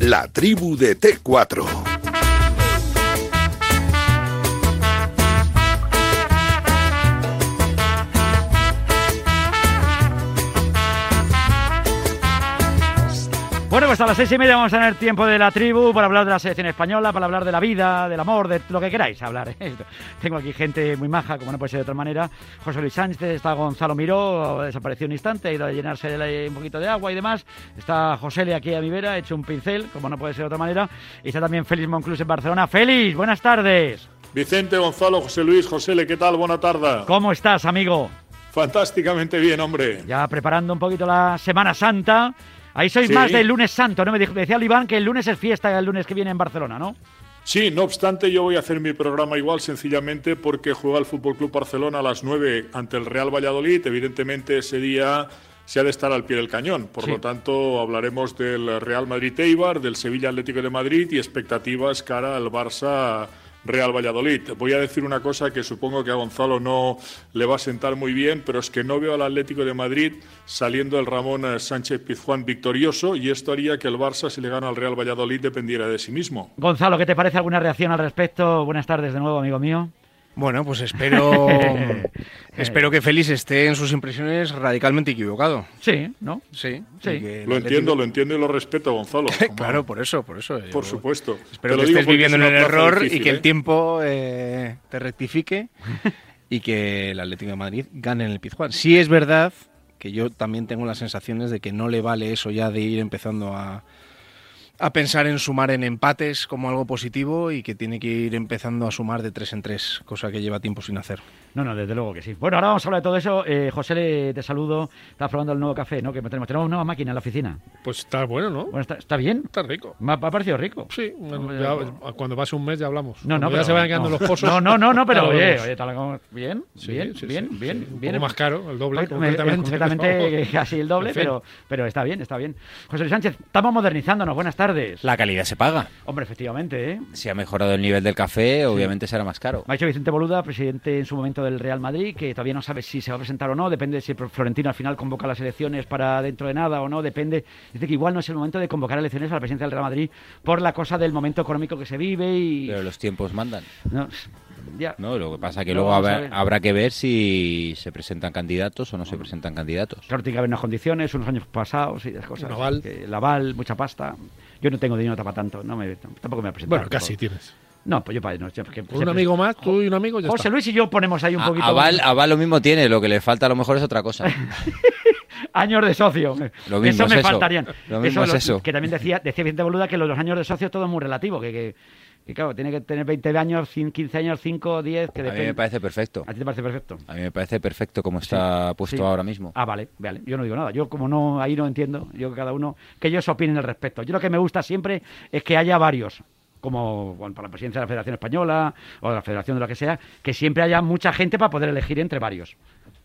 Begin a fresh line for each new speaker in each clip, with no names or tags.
La tribu de T4.
Bueno, pues a las seis y media vamos a tener tiempo de la tribu para hablar de la selección española, para hablar de la vida, del amor, de lo que queráis hablar. ¿eh? Tengo aquí gente muy maja, como no puede ser de otra manera. José Luis Sánchez, está Gonzalo Miró, desapareció un instante, ha ido a llenarse de la- un poquito de agua y demás. Está José Le aquí a mi vera, hecho un pincel, como no puede ser de otra manera. Y está también Félix Monclús en Barcelona. Félix, buenas tardes.
Vicente, Gonzalo, José Luis, José Le, ¿qué tal? Buena tarde.
¿Cómo estás, amigo?
Fantásticamente bien, hombre.
Ya preparando un poquito la Semana Santa. Ahí sois
Sí.
más del lunes santo, ¿no? Me dijo- me decía el Iván que el lunes es fiesta, el lunes que viene en Barcelona, ¿no?
Sí, no obstante, yo voy a hacer mi programa igual, sencillamente porque juega el Fútbol Club Barcelona a las 9 ante el Real Valladolid. Evidentemente, ese día se ha de estar al pie del cañón. Por
Sí.
lo tanto, hablaremos del Real Madrid-Eibar, del Sevilla Atlético de Madrid y expectativas cara al Barça. Real Valladolid. Voy a decir una cosa que supongo que a Gonzalo no le va a sentar muy bien, pero es que no veo al Atlético de Madrid saliendo el Ramón eh, Sánchez Pizjuán victorioso y esto haría que el Barça, si le gana al Real Valladolid, dependiera de sí mismo.
Gonzalo, ¿qué te parece alguna reacción al respecto? Buenas tardes de nuevo, amigo mío.
Bueno, pues espero, espero que Félix esté en sus impresiones radicalmente equivocado.
Sí, ¿no?
Sí,
Sí.
y que el
Lo entiendo,
Atlético-
lo entiendo y lo respeto, Gonzalo. como-
Claro, por eso, por eso. yo
por supuesto.
Espero
Te lo
que
digo
estés
porque
viviendo
es
en
una
el
plaza
error
difícil,
y que
¿eh?
el tiempo eh, te rectifique y que el Atlético de Madrid gane en el Pizjuán. Sí es verdad que yo también tengo las sensaciones de que no le vale eso ya de ir empezando a, a pensar en sumar en empates como algo positivo y que tiene que ir empezando a sumar de tres en tres, cosa que lleva tiempo sin hacer.
No, no, desde luego que sí. Bueno, ahora vamos a hablar de todo eso. Eh, José, le- te saludo. Estás probando el nuevo café, ¿no? Que tenemos, tenemos nueva máquina en la oficina.
Pues está bueno, ¿no?
Bueno, ¿está, está bien?
Está rico.
Me ha, me ha parecido rico.
Sí, bueno,
Hombre,
ya-
no.
cuando pase un mes ya hablamos.
No, no,
Cuando ya
pero-
se vayan quedando
no.
los pozos.
No, no, no, no, pero
ya lo
oye,
vemos.
oye, tal como- bien,
Sí,
bien,
sí,
bien,
sí,
bien,
sí. Un
bien. eh,
poco más caro, el doble,
Concretamente,
concretamente.
concretamente,
pero-
casi el doble,
En fin.
pero, pero está bien, está bien. José Luis Sánchez, estamos modernizándonos. Buenas tardes.
La calidad se paga.
Hombre, efectivamente, ¿eh?
Si ha mejorado el nivel del café, obviamente será más caro.
Me ha dicho Vicente Boluda, presidente en su momento del Real Madrid, que todavía no sabe si se va a presentar o no, depende de si Florentino al final convoca las elecciones para dentro de nada o no, depende. Dice que igual no es el momento de convocar elecciones a la presidencia del Real Madrid por la cosa del momento económico que se vive y...
Pero los tiempos mandan,
No, ya.
¿no? Lo que pasa que
No,
luego
vamos a
habrá,
ver.
habrá que ver si se presentan candidatos o no se presentan candidatos.
Claro, tiene que haber unas condiciones, unos años pasados y las cosas.
Un aval.
Que El aval, mucha pasta. Yo no tengo dinero para tanto, no me, tampoco me voy a presentar.
Bueno, casi tienes.
No, pues yo para... No, que-
Con un amigo más, tú y un amigo, ya
José
está.
Luis y yo ponemos ahí un
A-
poquito...
Ah, Aval, Aval lo mismo tiene, lo que le falta a lo mejor es otra cosa.
años de socio.
Lo mismo
eso me
es eso.
faltarían.
Lo mismo es eso.
Que también decía, decía Vicente Boluda que lo de los años de socio todo es muy relativo, que, que, que, claro, tiene que tener 20 años, 100, 15 años, 5, 10, que
A mí
depende.
me parece perfecto.
A ti te parece perfecto.
A mí me parece perfecto como está puesto
Sí.
ahora mismo.
Ah, vale, vale. Yo no digo nada. Yo como no, ahí no entiendo, yo que cada uno, que ellos opinen al respecto. Yo lo que me gusta siempre es que haya varios como bueno, para la presidencia de la Federación Española o de la Federación de lo que sea, que siempre haya mucha gente para poder elegir entre varios.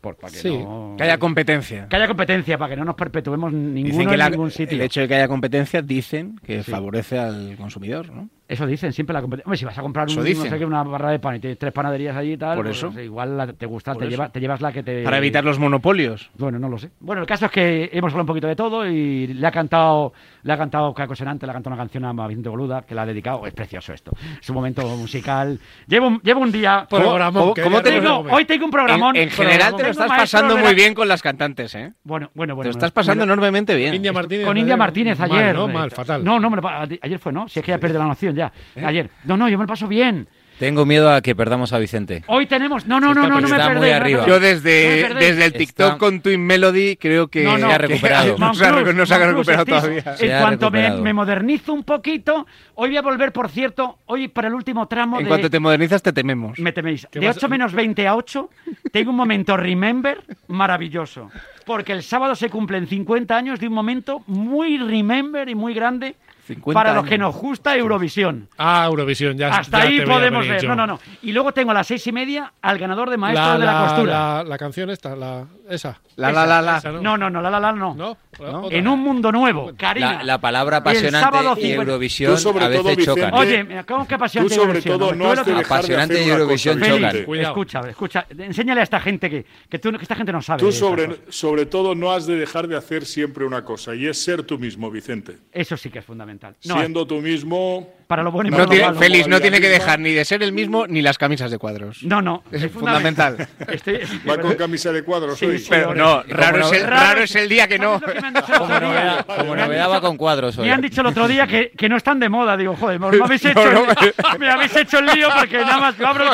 Por, para que,
Sí.
no-
Que haya competencia.
que haya competencia, para que no nos perpetuemos ninguno
dicen que
en
la-
ningún sitio.
el hecho de que haya competencia dicen que
Sí.
favorece al consumidor, ¿no?
Eso dicen siempre la competencia. Hombre, si vas a comprar un,
Eso
no
dicen.
sé qué, una barra de pan y tienes tres panaderías allí y tal,
Por
pues,
eso.
igual la- te gusta,
Por
te,
eso.
lleva- te llevas la que te.
Para evitar los monopolios.
Bueno, no lo sé. Bueno, el caso es que hemos hablado un poquito de todo y le ha cantado, le ha cantado Caco Senante, le ha cantado una canción a Vicente Boluda que la ha dedicado. Es precioso esto. Es un momento musical. Llevo un, llevo un día.
Por
Hoy
ahora, Ramón,
¿Cómo-
que
cómo
ya
te
no
digo?
lo
tengo-
ves.
hoy tengo un programón.
En, en general te
programón.
lo
Tengo
estás
maestro
pasando
de
muy
la-
bien con las cantantes, ¿eh?
Bueno, bueno, bueno.
te lo
bueno.
estás pasando enormemente bien.
India Martínez.
Con India
ayer,
Martínez
mal,
ayer.
¿no?
eh,
Mal, fatal. ¿Eh?
No, no, me lo pa- ayer fue, ¿no? Si es que ya perdí la noción ya. Ayer. No, no, yo me lo paso bien.
Tengo miedo a que perdamos a Vicente.
Hoy tenemos. No, no,
Está
no, no, no me
perdida. Está
perdéis.
muy
no me
arriba.
perdéis.
Yo
No
desde,
me perdéis.
desde el TikTok
Está-
con Twin Melody creo que
No, no.
Se ha
que
recuperado.
no se ha,
Monclús,
no se ha
Monclús,
recuperado
estáis-
todavía.
Se
En
ha
cuanto me,
recuperado.
me modernizo un poquito, hoy voy a volver, por cierto, hoy para el último tramo
En
de...
cuanto te modernizas te tememos.
Me teméis.
¿Qué
De
vas-
8 menos 20 a 8, tengo un momento remember maravilloso. Porque el sábado se cumplen 50 años de un momento muy remember y muy grande
50
para los
años.
que nos gusta Eurovisión.
Ah, Eurovisión, ya
Hasta
ya
ahí
te veía
podemos
venir
ver.
yo.
No, no, no. Y luego tengo a las seis y media al ganador de Maestro
La-
de la,
la-
Costura.
La, la canción esta, la, esa.
La la la la.
Esa,
No, no, no, la la la no.
¿No?
¿no?
Otra.
En un mundo nuevo, Karina.
La, la palabra
El sábado
apasionante y
50.
Eurovisión
Tú sobre
a
todo,
veces
Vicente,
chocan. ¿eh?
Oye, mira, ¿cómo que
Tú
apasionante
sobre
Eurovisión?
todo
Hombre,
no
tú lo
has de
que-
dejar de
Apasionante
hacer una
Eurovisión,
cosa,
chocan.
Vicente.
Cuidado.
Escucha, escucha, enséñale a esta gente que, que, tú- que esta gente no sabe. de
Tú
estas cosas.
sobre, sobre todo no has de dejar de hacer siempre una cosa y es ser tú mismo, Vicente.
Eso sí que es fundamental. No,
Siendo tú mismo,
para lo bueno y
No
para lo
tiene-
malo.
Félix no
Valladolid,
tiene que
¿no?
dejar ni de ser el mismo ni las camisas de cuadros.
No, no.
Es fundamental.
Estoy-
va con camisa de cuadros
Sí,
hoy.
sí,
Pero no,
¿Y cómo
raro,
no?
es el, raro es el día que no.
¿Sabes lo me han dicho el
Como
otro día?
novedad, como
Me han
novedad va
dicho-
con cuadros hoy.
Me han dicho el otro día que, que no están de moda. Digo, joder, pues me habéis hecho,
No, no,
el, me habéis hecho el lío porque nada más yo abro,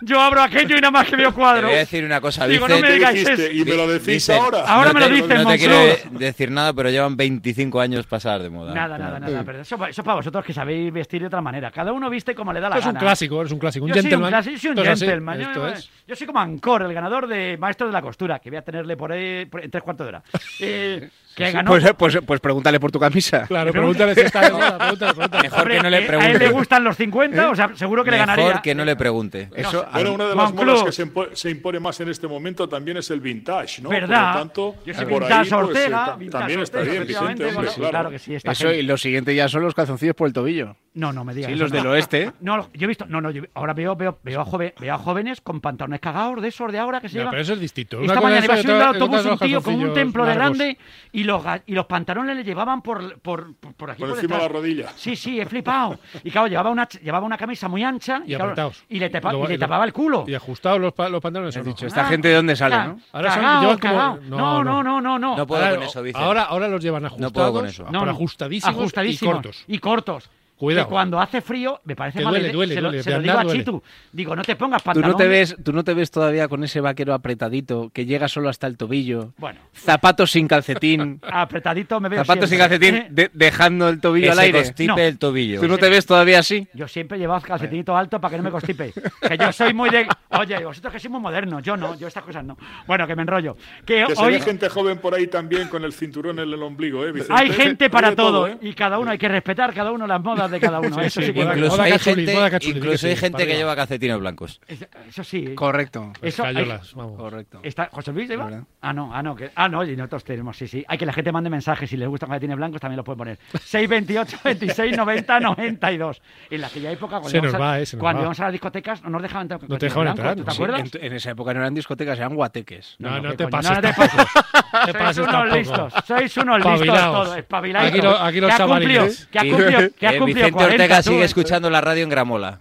yo abro aquello y nada más que veo
Te
cuadros.
voy a decir una cosa,
Digo,
Vicente.
no me
¿Qué
digáis
dijiste?
eso.
Y me lo
Di-
decís
dicen-
ahora.
Ahora
no
me lo
te-
dicen,
No te quiero
Monstruo.
de- decir nada, pero llevan 25 años pasar de moda.
Nada, nada, nada. Pero eso, pa- eso para vosotros que sabéis vestir de otra manera. Cada uno viste como le da la
es
gana.
un clásico, es un clásico. Un
yo soy un,
gentleman.
clasi- yo soy un
Esto es así,
gentleman. Yo-
esto
yo,
es.
yo soy como Ancor, el ganador de Maestros de la Costura, que voy a tenerle por ahí por- en tres cuartos de hora. Eh, que ganó.
Pues, eh, pues, pues pregúntale por tu camisa.
Claro,
Me pregunta-
pregúntale si está de moda, pregúntale, pregúntale.
Mejor que no le
eh, a él le
pregunte.
gustan los 50, o sea, seguro que le ganaría.
Mejor que no le pregunte.
Eso,
Bueno, una de las
Moncloa.
modas que se, impo- se impone más en este momento también es el vintage, ¿no?
¿Verdad?
Por
Yo
lo
soy
tanto, por ahí
vintage
pues, eh,
Ortega,
ta-
vintage
también está
Ortega,
bien,
efectivamente,
Vicente, hombre,
bueno, sí,
claro.
que sí, esta
eso y
gente-
lo siguiente ya son los calzoncillos por el tobillo.
No, no me digas.
Sí,
eso,
los del
no.
oeste.
No, yo he visto. No, no, yo- ahora veo, veo, veo, a joven, veo a jóvenes con pantalones cagados de esos de ahora que se
Ya,
llevan.
pero eso es distinto. Una
Esta
cosa
mañana
es
iba
eso y
subiendo al
otra- y otra
autobús
son
un
los
tío con un
calzoncillos
templo de
largos.
grande y los, ga- y los pantalones le llevaban por, por, por, por aquí.
Por encima de
detrás.
la rodilla.
Sí, sí, he flipado. Y claro, llevaba una, ch- llevaba una camisa muy ancha
Y
claro,
apretados.
y le, tapa-
Lo-
y le
y lo-
tapaba el culo. Ah,
Y ajustados los, pa- los pantalones. ¿o no?
dicho, esta gente de dónde sale, ¿no?
Ahora son-
Cagao,
llevan como-
cagao.
no,
No, no,
no.
no, no, no.
No puedo
ahora,
con eso, Vicente.
Ah, ahora, ahora los llevan ajustados.
No puedo con eso.
pero ajustadísimos,
ajustadísimos
y cortos.
Y cortos.
Cuidado.
Que cuando hace frío, me parece
Que
mal.
duele,
idea-
duele,
se lo,
duele,
se
de
lo
andar
digo a
duele.
Chitu. Digo, no te pongas
¿Tú
pantalón.
no, te ves, tú no te ves todavía con ese vaquero apretadito que llega solo hasta el tobillo.
Bueno.
Zapatos sin calcetín.
Apretadito me veo.
zapatos sin
siempre. Eh,
calcetín de- dejando el tobillo
Que
al
se
aire.
constipe
No.
el tobillo.
¿Tú no te ves todavía así?
Yo siempre llevaba calcetinito alto para que no me constipe. Que yo soy muy de. Oye, vosotros que sois muy modernos. Yo no, yo estas cosas no. Bueno, que me enrollo. Que,
Que se
hoy
ve gente joven por ahí también con el cinturón en el ombligo, ¿eh, Vicente?
hay gente
Hay
para
de
todo.
¿eh?
Y cada uno hay que respetar cada uno las modas de cada uno.
Sí,
eso,
sí,
sí, que-
bueno,
Incluso
moda
hay
cachuli,
gente,
moda cachuli,
incluso
sí,
hay
sí,
gente
para
que
allá.
lleva calcetines blancos.
eso- eso sí.
Correcto.
Pues
Eso hay-
cayolas, vamos.
Correcto.
Está, José Luis, ¿iba?
¿Verdad?
Ah, no, ah, no, que, ah, no, y nosotros tenemos, sí, sí. Hay que la gente mande mensajes, si les gustan calcetines blancos también los pueden poner. 628 26 90 92. En aquella época, cuando,
Se nos
íbamos, a,
va, eh, se nos
cuando
va.
íbamos a las discotecas, no nos dejaban entrar con
No te
calcetines
dejaban
blancos,
entrar,
¿tú
¿no?
te acuerdas?
Pues Sí, en, en esa época no eran discotecas, eran guateques.
No, no
qué
te
coño,
pases
No, te
tampoco.
pases.
Te
Sois
pases
unos
tampoco.
listos. Sois unos listos
Espabilaos.
todos. espabilados.
Aquí lo- aquí los
que ha cumplido,
chavalines.
que ha cumplido, que ha
Eh,
cumplido
Vicente
40,
Ortega
tú,
sigue
eh.
escuchando la radio en Gramola.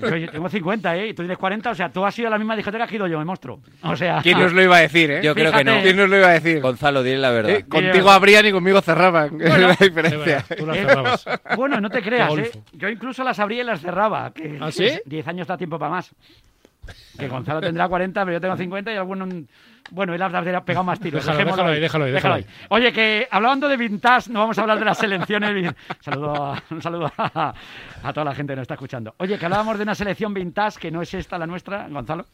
Pero yo tengo 50, ¿eh? Y tú tienes 40. O sea, tú has sido a la misma discoteca que he ido yo, me monstruo. O sea...
¿Quién nos lo iba a decir, eh?
Yo creo que no.
Fíjate.
¿Quién nos lo iba a decir?
Gonzalo, dile la verdad.
Eh, contigo abrían y conmigo cerraban. es la
Es
diferencia.
verdad, Tú las
Eh,
cerrabas.
Bueno, no te creas, ¿eh?
Golfo.
Yo incluso las abría y las cerraba. Que
¿Ah, sí?
10 años da tiempo para más. Que Gonzalo tendrá 40, pero yo tengo 50 y alguno... Bueno, él habrá pegado más tiros.
Déjalo,
Dejémoslo
déjalo ahí, déjalo ahí, déjalo
Oye, que hablando de vintage, no vamos a hablar de las selecciones. Saludo a- un saludo a, a toda la gente que nos está escuchando. Oye, que hablábamos de una selección vintage, que no es esta la nuestra, Gonzalo.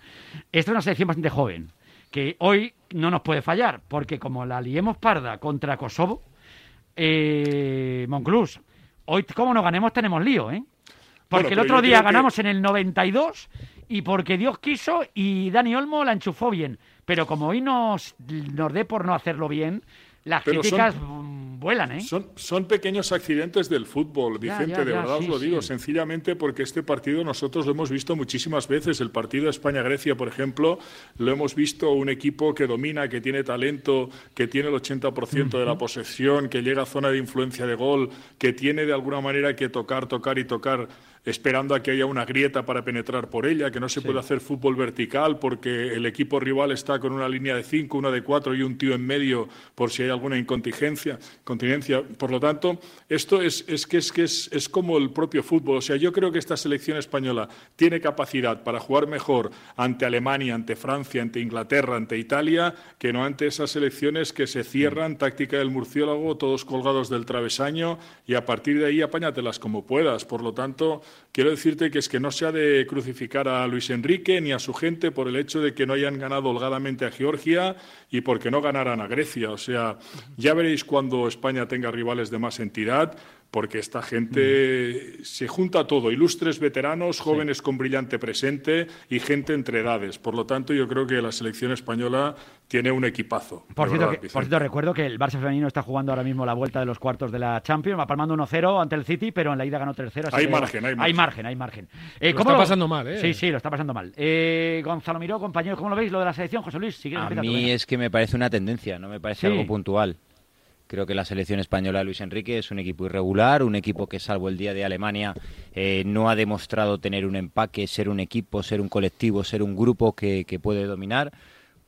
Esta es una selección bastante joven, que hoy no nos puede fallar, porque como la liemos parda contra Kosovo, eh, Monclús, hoy como no ganemos tenemos lío, ¿eh? Porque el
Bueno, pero
otro
yo
día
creo que-
ganamos en el 92 y porque Dios quiso y Dani Olmo la enchufó bien. Pero como hoy nos, nos dé por no hacerlo bien, las
Pero son-
críticas mm, vuelan, ¿eh?
Son, son pequeños accidentes del fútbol,
Ya,
Vicente,
ya,
de
ya,
verdad
sí,
os lo digo,
sí.
sencillamente porque este partido nosotros lo hemos visto muchísimas veces, el partido España-Grecia, por ejemplo, lo hemos visto un equipo que domina, que tiene talento, que tiene el 80% de la posesión, que llega a zona de influencia de gol, que tiene de alguna manera que tocar, tocar y tocar esperando a que haya una grieta para penetrar por ella, que no se puede hacer fútbol vertical porque el equipo rival está con una línea de cinco, una de cuatro y un tío en medio por si hay alguna incontingencia, continencia. Por lo tanto, esto es, es que, es, que es, es como el propio fútbol. O sea, yo creo que esta selección española tiene capacidad para jugar mejor ante Alemania, ante Francia, ante Inglaterra, ante Italia, que no ante esas selecciones que se cierran, táctica del murciélago, todos colgados del travesaño y a partir de ahí apáñatelas como puedas. Por lo tanto, quiero decirte que es que no se ha de crucificar a Luis Enrique ni a su gente por el hecho de que no hayan ganado holgadamente a Georgia y porque no ganaran a Grecia. O sea, ya veréis cuando España tenga rivales de más entidad. porque esta gente
Mm.
se junta todo, ilustres veteranos, jóvenes con brillante presente y gente entre edades. Por lo tanto, yo creo que la selección española tiene un equipazo.
Por
de
cierto,
verdad,
que- por
Vicente.
cierto, recuerdo que el Barça femenino está jugando ahora mismo la vuelta de los cuartos de la Champions, va palmando 1-0 ante el City, pero en la ida ganó 3-0. así
Hay
que-
margen, hay
Hay
margen.
margen, hay margen. Eh,
Lo está pasando mal, ¿eh?
Sí, sí, lo está pasando mal. Eh, Gonzalo Miró, compañero, ¿cómo lo veis lo de la selección, José Luis? Si quieres,
A
empieza tú,
mí
venga.
es que me parece una tendencia, no me parece
Sí.
algo puntual. Creo que la selección española de Luis Enrique es un equipo irregular, un equipo que salvo el día de Alemania eh, no ha demostrado tener un empaque, ser un equipo, ser un colectivo, ser un grupo que, que puede dominar.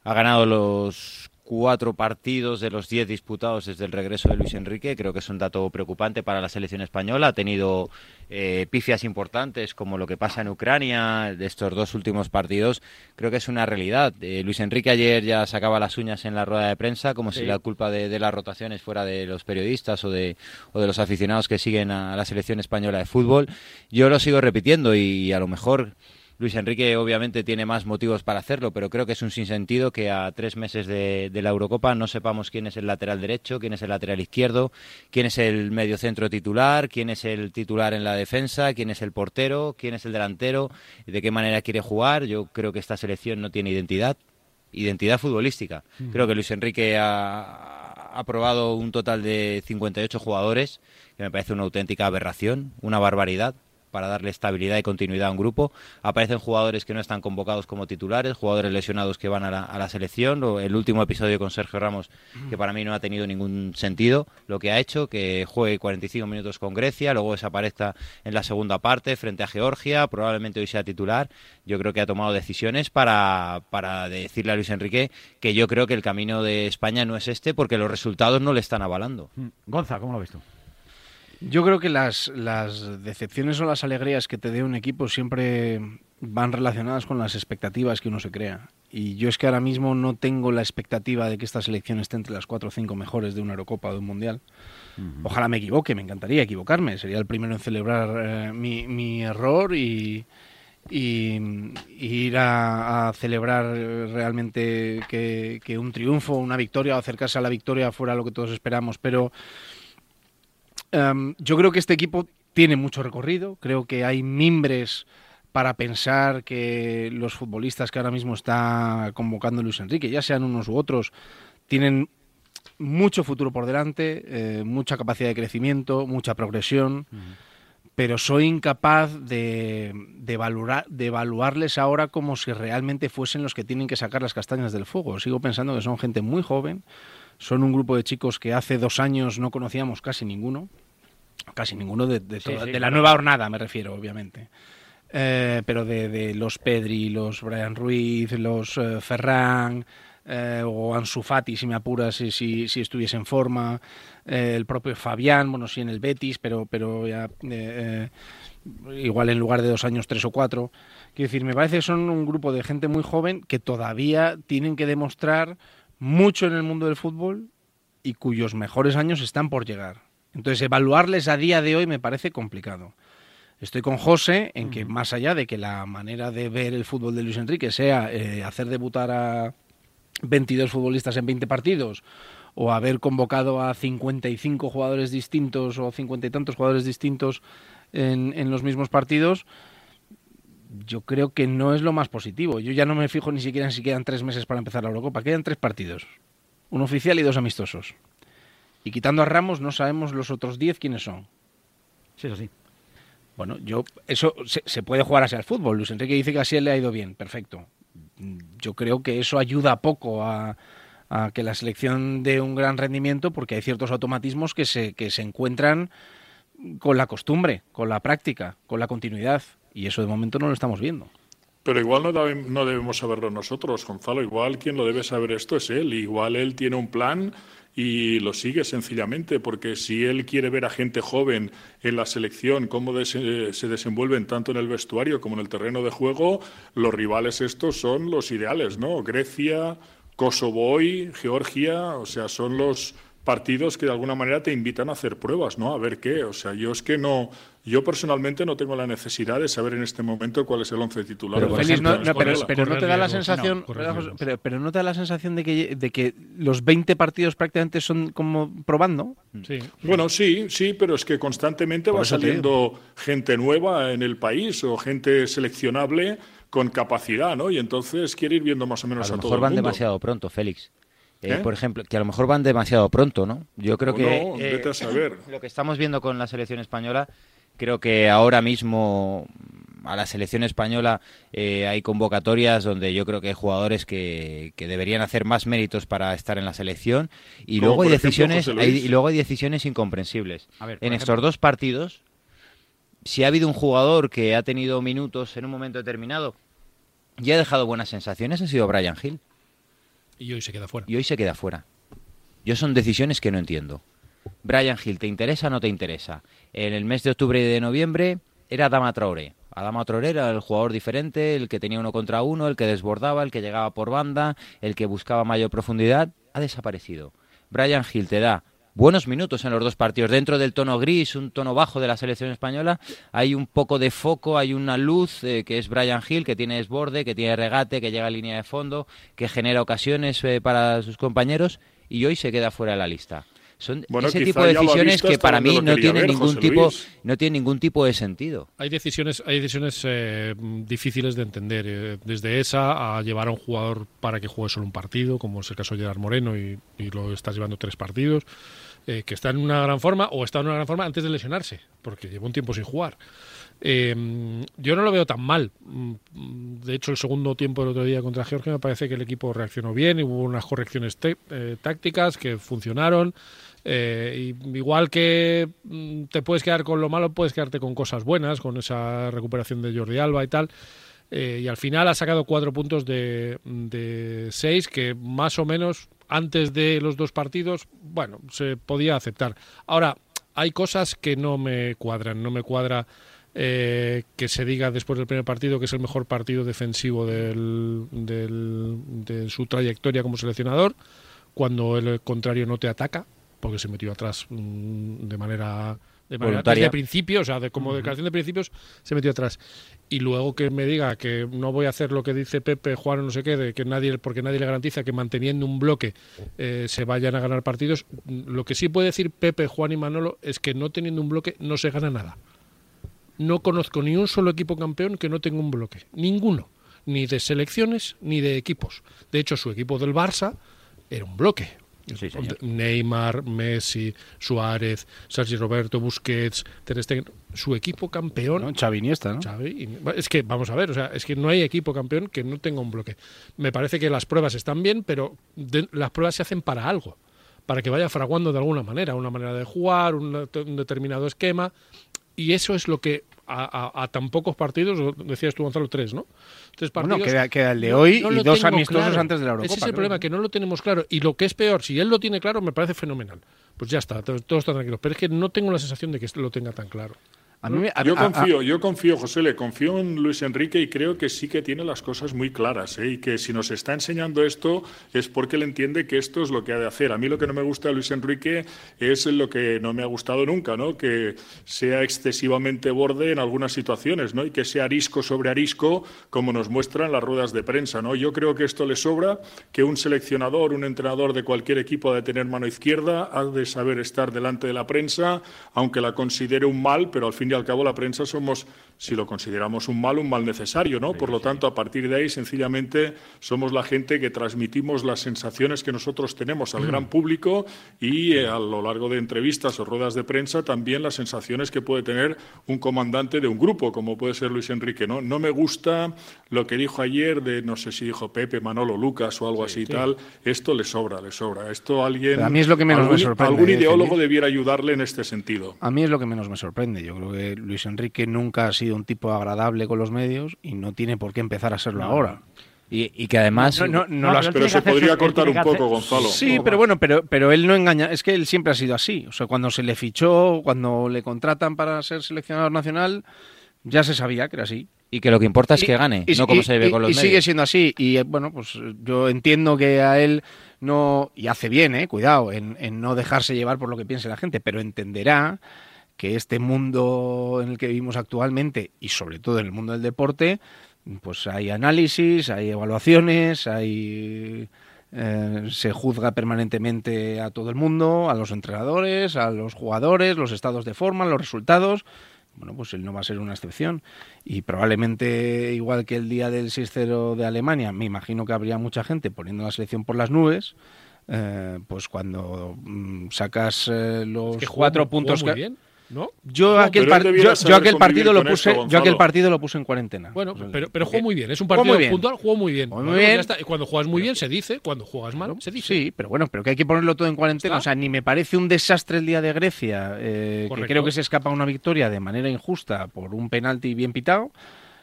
Ha ganado los cuatro partidos de los diez disputados desde el regreso de Luis Enrique. Creo que es un dato preocupante para la selección española. Ha tenido eh, pifias importantes como lo que pasa en Ucrania de estos dos últimos partidos. Creo que es una realidad. Eh, Luis Enrique ayer ya sacaba las uñas en la rueda de prensa como
Sí.
si la culpa de, de las rotaciones fuera de los periodistas o de, o de los aficionados que siguen a la selección española de fútbol. Yo lo sigo repitiendo y a lo mejor Luis Enrique obviamente tiene más motivos para hacerlo, pero creo que es un sinsentido que a tres meses de, de la Eurocopa no sepamos quién es el lateral derecho, quién es el lateral izquierdo, quién es el mediocentro titular, quién es el titular en la defensa, quién es el portero, quién es el delantero, de qué manera quiere jugar. Yo creo que esta selección no tiene identidad identidad futbolística. Creo que Luis Enrique ha, ha probado un total de 58 jugadores, que me parece una auténtica aberración, una barbaridad para darle estabilidad y continuidad a un grupo. Aparecen jugadores que no están convocados como titulares, jugadores lesionados que van a la, a la selección. Lo- El último episodio con Sergio Ramos, que para mí no ha tenido ningún sentido, lo que ha hecho, que juegue 45 minutos con Grecia, luego desaparezca en la segunda parte frente a Georgia, probablemente hoy sea titular. Yo creo que ha tomado decisiones para, para decirle a Luis Enrique que yo creo que el camino de España no es este porque los resultados no le están avalando.
Mm, Gonza, ¿cómo lo ves tú?
Yo creo que las, las decepciones o las alegrías que te dé un equipo siempre van relacionadas con las expectativas que uno se crea. Y yo es que ahora mismo no tengo la expectativa de que esta selección esté entre las cuatro o cinco mejores de una Eurocopa o de un Mundial. Ojalá me equivoque, me encantaría equivocarme. Sería el primero en celebrar eh, mi, mi error y, y, y ir a, a celebrar eh, realmente que, que un triunfo, una victoria o acercarse a la victoria fuera lo que todos esperamos. Pero Em, yo creo que este equipo tiene mucho recorrido, creo que hay mimbres para pensar que los futbolistas que ahora mismo está convocando Luis Enrique, ya sean unos u otros, tienen mucho futuro por delante, eh, mucha capacidad de crecimiento, mucha progresión, pero soy incapaz de, de valorar, de evaluarles ahora como si realmente fuesen los que tienen que sacar las castañas del fuego. Sigo pensando que son gente muy joven, son un grupo de chicos que hace dos años no conocíamos casi ninguno, casi ninguno de, de
Sí,
toda-
sí,
de la
claro.
nueva hornada, me refiero, obviamente. Eh, pero de, de los Pedri, los Brian Ruiz, los eh, Ferran eh, o Ansu Fati, si me apuras, si, si, si estuviese en forma, eh, el propio Fabián, bueno, sí en el Betis, pero, pero ya eh, eh, igual en lugar de dos años, tres o cuatro. Quiero decir, me parece que son un grupo de gente muy joven que todavía tienen que demostrar mucho en el mundo del fútbol y cuyos mejores años están por llegar. Entonces, evaluarles a día de hoy me parece complicado. Estoy con José en que más allá de que la manera de ver el fútbol de Luis Enrique sea eh, hacer debutar a 22 futbolistas en 20 partidos o haber convocado a 55 jugadores distintos o 50 y tantos jugadores distintos en, en los mismos partidos, yo creo que no es lo más positivo. Yo ya no me fijo ni siquiera en si quedan tres meses para empezar la Eurocopa. Quedan tres partidos, un oficial y dos amistosos. Y quitando a Ramos no sabemos los otros 10 quiénes son.
Sí, eso sí.
Bueno, yo eso se, se puede jugar así al fútbol. Luis Enrique dice que así le ha ido bien, perfecto. Mm, Yo creo que eso ayuda poco a, a que la selección dé un gran rendimiento porque hay ciertos automatismos que se, que se encuentran con la costumbre, con la práctica, con la continuidad. Y eso de momento no lo estamos viendo.
Pero igual no, dabe- no debemos saberlo nosotros, Gonzalo. Igual quien lo debe saber esto es él. Igual él tiene un plan y lo sigue sencillamente, porque si él quiere ver a gente joven en la selección, cómo des- eh, se desenvuelven tanto en el vestuario como en el terreno de juego, los rivales estos son los ideales, ¿no? Grecia, Kosovo hoy, Georgia, o sea, son los partidos que de alguna manera te invitan a hacer pruebas, ¿no? A ver qué. O sea, yo es que no, yo personalmente no tengo la necesidad de saber en este momento cuál es el once titular.
Pero,
de la
Félix, no-
selección
no, pero-
española.
pero no te da la
riesgos,
sensación,
no, corres riesgos.
pero, pero no te da la sensación de que, de que los 20 partidos prácticamente son como probando.
Sí.
Bueno, sí, sí, pero es que constantemente va
eso te
saliendo gente nueva en el país o gente seleccionable con capacidad, ¿no? Y entonces quiere ir viendo más o
A
menos a,
lo
todo
mejor
el
van
mundo.
demasiado pronto, Félix. Eh,
¿Eh?
Por ejemplo, que a lo mejor van demasiado pronto, ¿no? Yo creo
O
que
no,
eh,
vete a saber.
lo que estamos viendo con la selección española, creo que ahora mismo a la selección española eh, hay convocatorias donde yo creo que hay jugadores que, que deberían hacer más méritos para estar en la selección y
Como
luego hay
por ejemplo,
decisiones
José
hay-
Luis.
y luego hay decisiones incomprensibles.
A ver, por
en
ejemplo.
estos dos partidos, si ha habido un jugador que ha tenido minutos en un momento determinado y ha dejado buenas sensaciones, ha sido Brian Hill
Y hoy se queda fuera.
y hoy se queda fuera. Yo son decisiones que no entiendo. Brian Hill, ¿te interesa o no te interesa? En el mes de octubre y de noviembre era Adama Traoré. Adama Traoré era el jugador diferente, el que tenía uno contra uno, el que desbordaba, el que llegaba por banda, el que buscaba mayor profundidad. Ha desaparecido. Brian Hill te da buenos minutos en los dos partidos. Dentro del tono gris, un tono bajo de la selección española, hay un poco de foco, hay una luz eh, que es Brian Hill, que tiene desborde, que tiene regate, que llega a línea de fondo, que genera ocasiones eh, para sus compañeros y hoy se queda fuera de la lista. Son
Bueno,
ese
quizá
tipo de
ya lo ha
decisiones
visto
que
hasta
para
donde
mí
lo
no
quería
tienen
ver,
ningún
José
tipo
Luis.
no tienen ningún tipo de sentido.
Hay decisiones, hay decisiones eh, difíciles de entender, eh, desde esa a llevar a un jugador para que juegue solo un partido, como es el caso de Gerard Moreno y, y lo estás llevando tres partidos, eh, que está en una gran forma o está en una gran forma antes de lesionarse, porque llevó un tiempo sin jugar. Eh, yo no lo veo tan mal. Mm, mm, De hecho, el segundo tiempo del otro día contra Georgia me parece que el equipo reaccionó bien y hubo unas correcciones te- eh, tácticas que funcionaron. Eh, y igual que mm, te puedes quedar con lo malo, puedes quedarte con cosas buenas, con esa recuperación de Jordi Alba y tal. Eh, y al final ha sacado cuatro puntos de, de seis, que más o menos antes de los dos partidos, bueno, se podía aceptar. Ahora, hay cosas que no me cuadran. No me cuadra eh, que se diga después del primer partido que es el mejor partido defensivo del- del- de su trayectoria como seleccionador, cuando el contrario no te ataca, porque se metió atrás mm, de manera. De manera
Voluntaria.
desde principios, o sea, de- como declaración de principios, se metió atrás. Y luego que me diga que no voy a hacer lo que dice Pepe, Juan o no sé qué, de que nadie, porque nadie le garantiza que manteniendo un bloque eh, se vayan a ganar partidos. Lo que sí puede decir Pepe, Juan y Manolo es que no teniendo un bloque no se gana nada. No conozco ni un solo equipo campeón que no tenga un bloque. Ninguno. Ni de selecciones ni de equipos. De hecho, su equipo del Barça era un bloque.
Sí, señor.
Neymar, Messi, Suárez, Sergio Roberto, Busquets, Ter Stegen. Su equipo campeón
¿no? Xavi Iniesta, ¿no?
Xavi, y- bueno, es que vamos a ver, o sea, es que no hay equipo campeón que no tenga un bloque. Me parece que las pruebas están bien, pero de- las pruebas se hacen para algo, para que vaya fraguando de alguna manera, una manera de jugar, un, un determinado esquema, y eso es lo que a, a- a tan pocos partidos, lo decías tú Gonzalo, tres, ¿no? Tres
Bueno,
partidos.
queda- queda el de hoy y
lo
dos
tengo
amistosos antes de la
Ese es
Eurocopa,
el
creo,
problema,
¿no?
que no lo tenemos claro. Y lo que es peor, si él lo tiene claro, me parece fenomenal. Pues ya está, to- todos están tranquilos. Pero es que no tengo la sensación de que lo tenga tan claro.
A mí me- a-
Yo
a- a-
confío, yo confío, José, le confío en Luis Enrique y creo que sí que tiene las cosas muy claras ¿eh? y que si nos está enseñando esto es porque él entiende que esto es lo que ha de hacer. A mí lo que no me gusta de Luis Enrique es lo que no me ha gustado nunca, ¿no? Que sea excesivamente borde en algunas situaciones, ¿no? Y que sea arisco sobre arisco como nos muestran las ruedas de prensa, ¿no? Yo creo que esto le sobra, que un seleccionador, un entrenador de cualquier equipo ha de tener mano izquierda, ha de saber estar delante de la prensa, aunque la considere un mal, pero al fin y al cabo la prensa somos, si lo consideramos un mal, un mal necesario, ¿no? Por lo tanto, a partir de ahí, sencillamente, somos la gente que transmitimos las sensaciones que nosotros tenemos
Mm.
al gran público y eh, a lo largo de entrevistas o ruedas de prensa también las sensaciones que puede tener un comandante de un grupo, como puede ser Luis Enrique, ¿no? No me gusta lo que dijo ayer de, no sé si dijo Pepe, Manolo, Lucas o algo así y tal. Esto le sobra, le sobra. Esto alguien...
Pero a mí es lo que menos me
algún-
sorprende,
Algún
¿eh,
ideólogo
Felipe?
debiera ayudarle en este sentido.
A mí es lo que menos me sorprende. Yo creo que Luis Enrique nunca ha sido un tipo agradable con los medios y no tiene por qué empezar a serlo ahora.
Y, y que además
No, no, no lo has-
él
pero
tiene que
se
hacer
podría
su- él
cortar
tiene
un
que hacer-
poco, Gonzalo.
Sí, pero bueno, pero, pero él no engaña. Es que él siempre ha sido así. O sea, cuando se le fichó, cuando le contratan para ser seleccionador nacional, ya se sabía que era así.
y que lo que importa es que gane,
Y-
no como
y-
se ve
y-
con los
y
medios.
sigue siendo así. Y eh, bueno, pues yo entiendo que a él no. Y hace bien, eh, cuidado, en, en no dejarse llevar por lo que piense la gente, pero entenderá que este mundo en el que vivimos actualmente y sobre todo en el mundo del deporte, pues hay análisis, hay evaluaciones, hay. eh, se juzga permanentemente a todo el mundo, a los entrenadores, a los jugadores, los estados de forma, los resultados. Bueno, pues él no va a ser una excepción. Y probablemente, igual que el día del 6-0 de Alemania, me imagino que habría mucha gente poniendo la selección por las nubes. eh, pues cuando mm, sacas eh, los
Es que jugó
cuatro
muy-
puntos
jugó muy
que-
bien, ¿no?
yo
No, pero
aquel,
él
par-
debiera
yo- yo
saber
aquel partido
convivir
lo
con
puse
esto,
yo aquel
Gonzalo.
partido lo puse en cuarentena
Bueno,
Pues,
pero, pero
eh,
porque-
jugó muy bien. Es un
jugó
partido
muy bien.
puntual, jugó muy bien.
Jugó muy
Bueno, ya
bien.
está. Y Cuando juegas muy bien se dice, cuando juegas mal se dice.
sí pero bueno pero que hay que ponerlo todo en cuarentena
¿Está?
o sea ni me parece un desastre el día de Grecia eh, que
Correcto.
creo que se escapa una victoria de manera injusta por un penalti bien pitado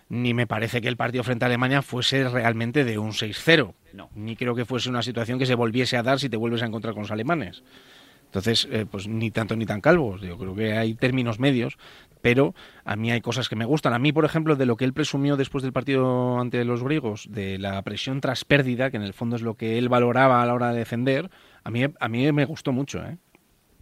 ni me parece que el partido frente a Alemania fuese realmente de un 6-0
No.
ni creo que fuese una situación que se volviese a dar si te vuelves a encontrar con los alemanes Entonces, eh, pues ni tanto ni tan calvos. Yo creo que hay términos medios, pero a mí hay cosas que me gustan. A mí, por ejemplo, de lo que él presumió después del partido ante los griegos, de la presión tras pérdida, que en el fondo es lo que él valoraba a la hora de defender, a mí, a mí me gustó mucho. ¿eh?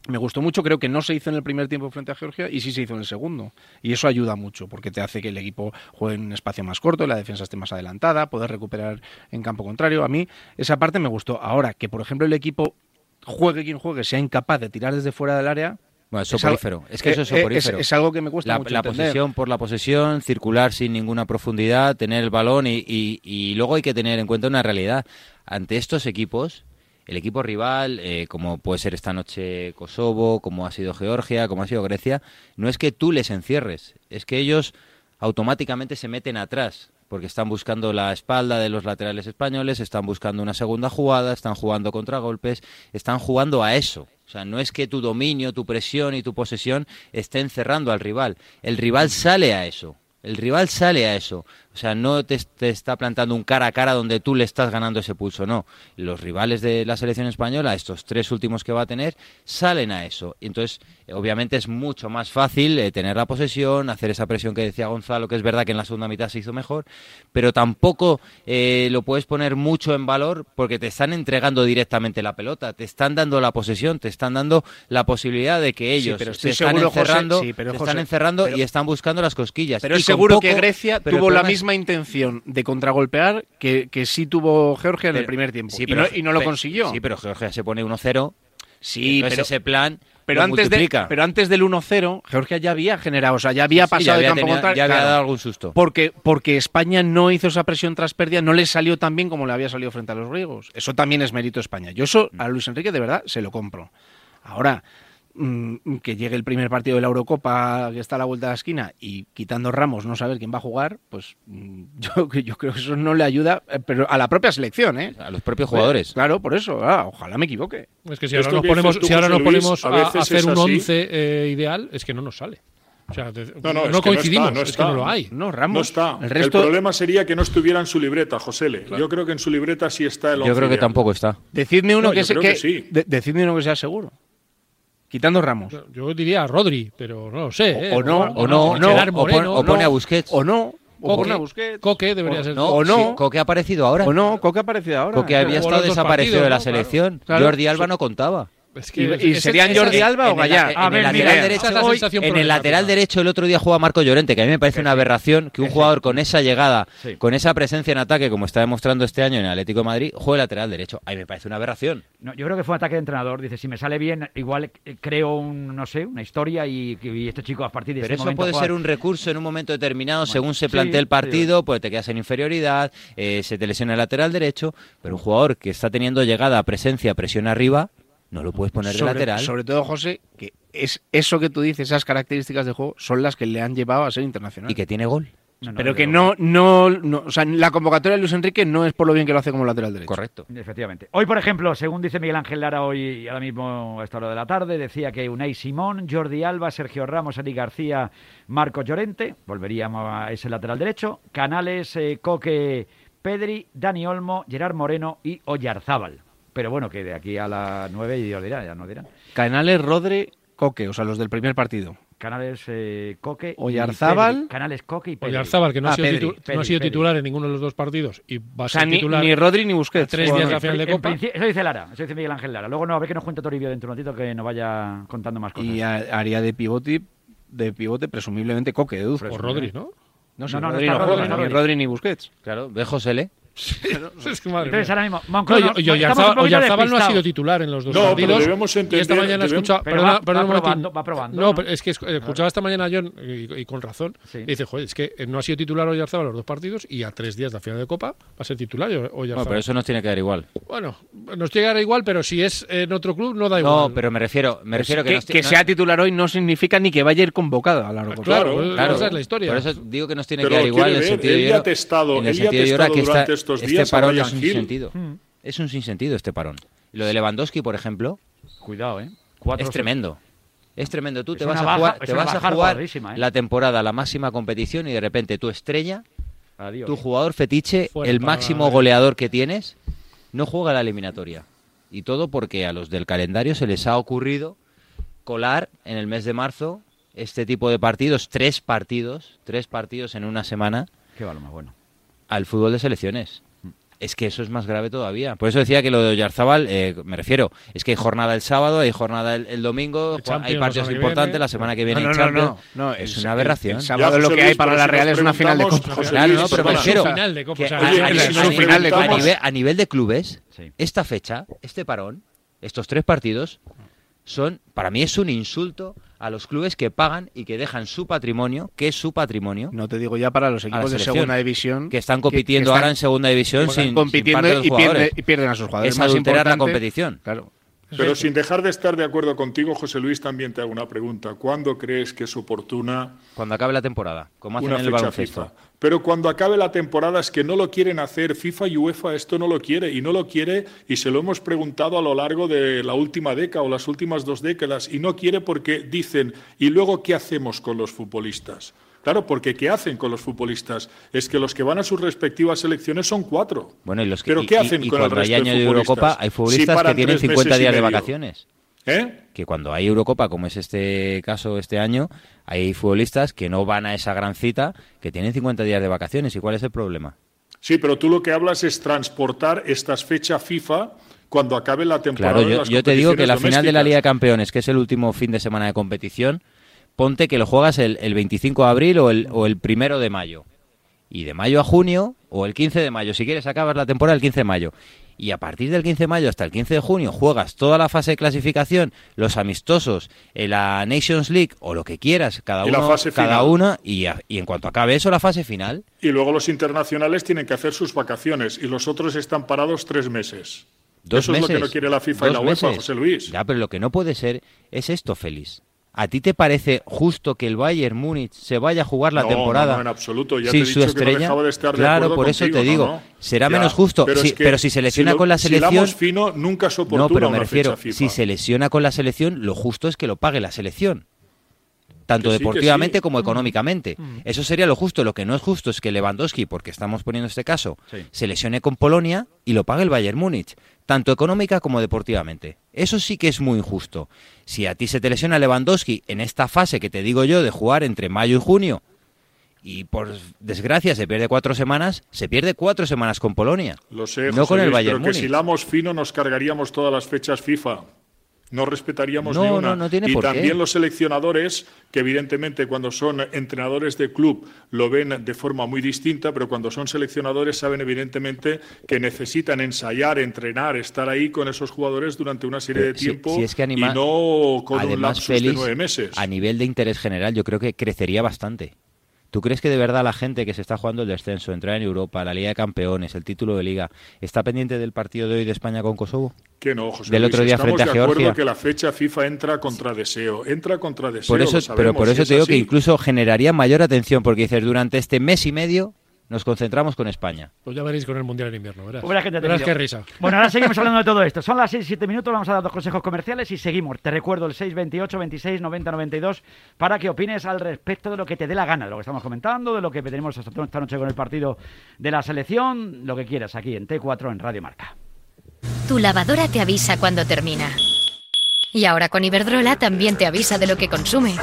Me gustó mucho, creo que no se hizo en el primer tiempo frente a Georgia y sí se hizo en el segundo. Y eso ayuda mucho porque te hace que el equipo juegue en un espacio más corto, la defensa esté más adelantada, poder recuperar en campo contrario. A mí esa parte me gustó. Ahora, que por ejemplo el equipo juegue quien juege, sea incapaz de tirar desde fuera del área.
Bueno, es
algo-
soporífero. Es, que eso es
eh, eh,
soporífero.
es algo que me cuesta
la,
mucho
la
entender.
posesión por la posesión, circular sin ninguna profundidad, tener el balón y, y- y luego hay que tener en cuenta una realidad. Ante estos equipos, el equipo rival, eh, como puede ser esta noche Kosovo, como ha sido Georgia, como ha sido Grecia, no es que tú les encierres, es que ellos automáticamente se meten atrás porque están buscando la espalda de los laterales españoles, están buscando una segunda jugada, están jugando contragolpes, están jugando a eso. O sea, no es que tu dominio, tu presión y tu posesión estén cerrando al rival. El rival sale a eso. El rival sale a eso. O sea, no te, te está plantando un cara a cara donde tú le estás ganando ese pulso. No. Los rivales de la selección española, estos tres últimos que va a tener, salen a eso. Y Entonces, eh, obviamente es mucho más fácil eh, tener la posesión, hacer esa presión que decía Gonzalo, que es verdad que en la segunda mitad se hizo mejor, pero tampoco eh, lo puedes poner mucho en valor porque te están entregando directamente la pelota, te están dando la posesión, te están dando la posibilidad de que
Sí,
ellos
pero
te
estoy
están
seguro, José-
encerrando,
sí, pero
te
José,
están encerrando
pero-
y están buscando las cosquillas.
Pero
Y
es
con
seguro que
poco-
Grecia
pero el
tuvo la
problema es-
misma intención de contragolpear que, que sí tuvo Georgia en el
pero-
primer tiempo.
sí,
y
pero-
no- y, no, lo
pe-
consiguió.
Sí, pero Georgia se pone 1-0.
Sí,
entonces
pero-
ese plan
Pero
lo
antes, de,
multiplica.
pero antes del 1-0, Georgia ya había generado, o sea, ya había
Sí,
pasado
ya había,
de campo
tenido-
contrario.
ya había
Claro.
dado algún susto.
Porque, porque España no hizo esa presión tras pérdida, no le salió tan bien como le había salido frente a los griegos. Eso también es mérito España. Yo eso a Luis Enrique de verdad se lo compro. Ahora, mm, que llegue el primer partido de la Eurocopa, que está a la vuelta de la esquina, y quitando Ramos no saber quién va a jugar, pues mm, yo, yo creo que eso no le ayuda eh, pero a la propia selección, ¿eh?
A los propios jugadores.
Claro, por eso. Ah, ojalá me equivoque.
Es que si
Esto
ahora nos
que dices
ponemos,
tú,
si ahora
José
nos
Luis,
ponemos
a
a,
veces es
hacer un
así.
11 eh, ideal, es que no nos sale. O sea, de-
No, no, es que no
coincidimos,
está, no
es que no
está.
lo hay.
No, Ramos.
No está.
El
El,
resto.
problema sería que no estuviera en su libreta, Josele. Yo creo que en su libreta sí está el
Yo
once
creo que
ideal.
tampoco está.
Decidme uno
No,
que,
yo
se-
creo
que-
que sí.
de- decidme uno que sea seguro. Quitando Ramos.
Yo- Yo diría a Rodri, pero no lo sé. eh.
o no,
O no,
o
no,
Gerard
o, pon-
Moreno,
o pone a Busquets.
O no. O
Coque,
pone a Busquets.
Coque debería
O-
ser.
no,
o no.
sí, Coque ha aparecido ahora.
O no, Coque ha aparecido ahora.
Coque había
Jugó
estado
los dos
desaparecido
partidos,
de la
¿no?
selección.
Claro.
Jordi Alba no contaba.
Es
Y,
que-
y
ese-
serían
ese-
Jordi
ese-
Alba o
en el-
Gallá.
en
A
el
ver,
lateral
Miguel,
derecho-
esa es la
hoy-
sensación
en el
problemática.
lateral derecho el otro día jugaba Marco Llorente, que a mí me parece una aberración que un jugador con esa llegada,
Sí.
con esa presencia en ataque, como está demostrando este año en el Atlético de Madrid, juegue lateral derecho. A mí me parece una aberración.
No, yo creo que fue un ataque de entrenador. Dice, si me sale bien, igual eh, creo un, no sé, una historia y, y este chico a partir de
Pero
este
eso
momento
puede
juega-
ser un recurso en un momento determinado, según se
sí,
plantee el
sí,
partido, pues te quedas en inferioridad, eh, se te lesiona el lateral derecho, pero un jugador que está teniendo llegada, presencia, presión arriba, no lo puedes poner de
sobre,
lateral.
sobre todo, José, que es eso que tú dices, esas características de juego, son las que le han llevado a ser internacional.
y que tiene gol.
No, no,
pero
desde
que
luego.
no, no, no. O sea, la convocatoria de Luis Enrique no es por lo bien que lo hace como lateral derecho.
Correcto.
Efectivamente. Hoy, por ejemplo, según dice Miguel Ángel Lara, hoy ahora mismo a esta hora de la tarde, decía que Unai Simón, Jordi Alba, Sergio Ramos, Eric García, Marco Llorente, volveríamos a ese lateral derecho, Canales, eh, Coque, Pedri, Dani Olmo, Gerard Moreno y Oyarzábal. Pero bueno, que de aquí a las 9 y Dios dirá, ya nos dirán.
Canales, Rodri, Coque, o sea, los del primer partido.
Canales eh, Coque. y
Oyarzábal.
Pedri. Canales Coque y Pedri.
Oyarzábal, que no,
Ah,
ha sido,
Pedri,
titu- no
Pedri,
ha sido
Pedri.
titular en ninguno de los dos partidos y va a
O sea,
ser
ni,
titular
ni Rodri ni Busquets.
tres
Bueno,
días de la final de
En
Copa.
principio- Eso dice Lara, eso dice Miguel Ángel Lara. Luego no, a ver que nos cuenta Toribio dentro de un ratito que nos vaya contando más cosas.
Y ha- haría de pivote, de pivote presumiblemente Coque, deduzco.
O Rodri, ¿no?
No,
Pues No, no,
sé,
no
Rodri
está
no
Rodri,
juega,
no
ni
Rodri.
Rodri ni Busquets.
Claro, ve José L.
Es que madre
Entonces
mía.
ahora mismo,
No,
Moncloa,
y- y
estamos un
Oyarzábal
poquito
Oyarzábal no ha
despistados.
sido titular en los dos
No, pero
partidos.
debemos
y esta
entender-
mañana he
debemos-
escuchado.
Pero
perdona,
va-
perdona
va
un momentín.
probando, va probando,
No,
¿no?
pero es que esc- eh, escuchaba esta mañana a John, y, y con razón,
Sí.
y dice: Joder, es que eh, no ha sido titular Oyarzábal los dos partidos y a tres días de la final de Copa va a ser titular
Bueno,
Oyarzábal.
pero eso nos tiene que dar igual.
Bueno, nos llegará igual, pero si es en otro club, no da igual.
No, pero me refiero, me refiero que,
que,
nos ti-
que
no-
sea titular hoy no significa ni que vaya a ir convocado a la Eurocopa.
Claro,
Claro,
claro,
Claro,
esa es la historia.
Por eso digo que nos tiene
Pero
que dar
lo
igual
quiere
en el
ver,
sentido
él ya
yo-
ha testado-
en
él
el
ya ha
sentido yo
testado
que esta-
durante estos días
este
a
parón
Brian
es un
Hill.
sinsentido.
Mm.
Es un sinsentido este parón. Y lo de Lewandowski, por ejemplo,
Cuidado, ¿eh? Cuatro-
es tremendo. Es tremendo. Tú
Es
te
una
vas
baja-
a jugar,
es
te
una
vas a
baja
jugar
guardísima, ¿eh?
la temporada, la máxima competición y de repente tu estrella,
Adiós.
tu jugador fetiche,
Fuera
el
para-
máximo goleador que tienes, no juega la eliminatoria. Y todo porque a los del calendario se les ha ocurrido colar en el mes de marzo este tipo de partidos, tres partidos, tres partidos en una semana
Qué balón más bueno.
al fútbol de selecciones. Es que eso es más grave todavía. Por eso decía que lo de Oyarzábal, eh, me refiero, es que hay jornada el sábado, hay jornada el, el domingo,
El
jue- hay
Champions la semana
partidos
que
importantes,
viene.
la semana que viene
No,
hay
no, no,
Champions.
no, no,
es
el-
una
el-
aberración.
el sábado lo
José
que hay
Luis,
para
pero
la
si
Real
nos
es una final de
preguntamos-
Copa.
José
Claro,
Luis,
no, pero
es
me
una
refiero
final de Copa,
que
o sea,
a-
pues, oye,
a-
que si
a
nos
nivel-
preguntamos-
a nivel- a nivel de clubes,
Sí.
esta fecha, este parón, estos tres partidos, son, para mí es un insulto a los clubes que pagan y que dejan su patrimonio, que es su patrimonio,
No te digo ya para los
A la
equipos de
selección,
segunda división
que están compitiendo
que
ahora en
están
segunda división
están
sin, sin
compitiendo
parte de los
y, pierden,
jugadores.
y pierden a sus jugadores.
Es
Más
adulterar la
importante-
competición.
Claro.
Pero sin dejar de estar de acuerdo contigo, José Luis, también te hago una pregunta. ¿Cuándo crees que es oportuna
Cuando acabe la temporada, como hacen
una
en el
fecha
baloncesto.
FIFA? Pero cuando acabe la temporada es que no lo quieren hacer. FIFA y UEFA esto no lo quiere y no lo quiere y se lo hemos preguntado a lo largo de la última década o las últimas dos décadas y no quiere porque dicen, ¿y luego qué hacemos con los futbolistas? Claro, porque ¿qué hacen con los futbolistas? Es que los que van a sus respectivas selecciones son cuatro.
Bueno, y los que,
¿Pero
y-
qué
y-
hacen
y
con el
cuando hay
resto
año
de
de Eurocopa, hay
Si
futbolistas que
paran
tienen
tres
50
meses y
días de
medio.
vacaciones.
¿Eh?
que cuando hay Eurocopa, como es este caso este año, hay futbolistas que no van a esa gran cita, que tienen 50 días de vacaciones. ¿Y cuál es el problema?
Sí, pero tú lo que hablas es transportar estas fechas FIFA cuando acabe la temporada.
Claro,
de
yo,
las
yo te digo que la
competiciones
final de la Liga de
domésticas.
Campeones, que es el último fin de semana de competición, ponte que lo juegas el, el 25 de abril o el, o el primero de mayo. Y de mayo a junio, o el 15 de mayo, si quieres acabas la temporada el 15 de mayo. Y a partir del 15 de mayo hasta el 15 de junio juegas toda la fase de clasificación, los amistosos, eh, la Nations League o lo que quieras, cada
Y la
uno,
fase
cada
final.
una, y, a- y en cuanto acabe eso, la fase final.
Y luego los internacionales tienen que hacer sus vacaciones y los otros están parados tres meses.
Dos
Eso
meses.
es lo que no quiere la FIFA y
dos
la UEFA,
meses.
José Luis.
Ya, pero lo que no puede ser es esto, Félix. ¿A ti te parece justo que el Bayern Múnich se vaya a jugar la
No,
temporada
no, no, en absoluto. Ya te
sin
he dicho
su
que no
estrella?
dejaba de estar de
claro,
acuerdo
por eso
contigo,
te
no,
digo,
no.
será
Ya,
menos justo.
pero
si,
es que
pero si se lesiona
lo-
con la
Si
selección,
damos fino, nunca es oportuna
no, pero me
una
refiero,
fecha FIFA.
si se lesiona con la selección, lo justo es que lo pague la selección. Tanto
Que sí, que
deportivamente
sí. Mm.
como económicamente. Eso sería lo justo. Lo que no es justo es que Lewandowski, porque estamos poniendo este caso,
Sí.
se lesione con Polonia y lo pague el Bayern Múnich. Tanto económica como deportivamente. Eso sí que es muy injusto. Si a ti se te lesiona Lewandowski en esta fase que te digo yo de jugar entre mayo y junio y por desgracia se pierde cuatro semanas, se pierde cuatro semanas con Polonia.
Lo sé,
no
José
con el
Luis,
Bayern
pero que
Múnich.
si lamos fino nos cargaríamos todas las fechas FIFA. No respetaríamos
No,
ni
no,
una.
no tiene
y
por qué.
también los seleccionadores, que evidentemente cuando son entrenadores de club lo ven de forma muy distinta, pero cuando son seleccionadores saben evidentemente que necesitan ensayar, entrenar, estar ahí con esos jugadores durante una serie de
Si-
tiempo
si es que anima-
y no con un
Además,
lapsus de
Félix,
nueve meses.
a nivel de interés general, yo creo que crecería bastante. ¿Tú crees que de verdad la gente que se está jugando el descenso, entrar en Europa, la Liga de Campeones, el título de Liga, está pendiente del partido de hoy de España con Kosovo?
Que no, José
Del
Luis,
otro día
estamos
frente a
de acuerdo
Georgia.
que la fecha FIFA entra contra deseo, entra contra deseo.
Por
lo
eso, pero
sabemos,
por
y
eso
es
te digo
así.
que incluso generaría mayor atención, porque dices, durante este mes y medio nos concentramos con España.
Pues ya veréis con el Mundial en invierno, verás.
Hubiera gente
verás
tenido.
qué risa.
Bueno, ahora seguimos hablando de todo esto. Son las 6 7 minutos, vamos a dar dos consejos comerciales y seguimos. Te recuerdo el 628 26 90 92 para que opines al respecto de lo que te dé la gana, de lo que estamos comentando, de lo que tenemos esta esta noche con el partido de la selección, lo que quieras aquí en T4 en Radio Marca.
Tu lavadora te avisa cuando termina. Y ahora con Iberdrola también te avisa de lo que consume.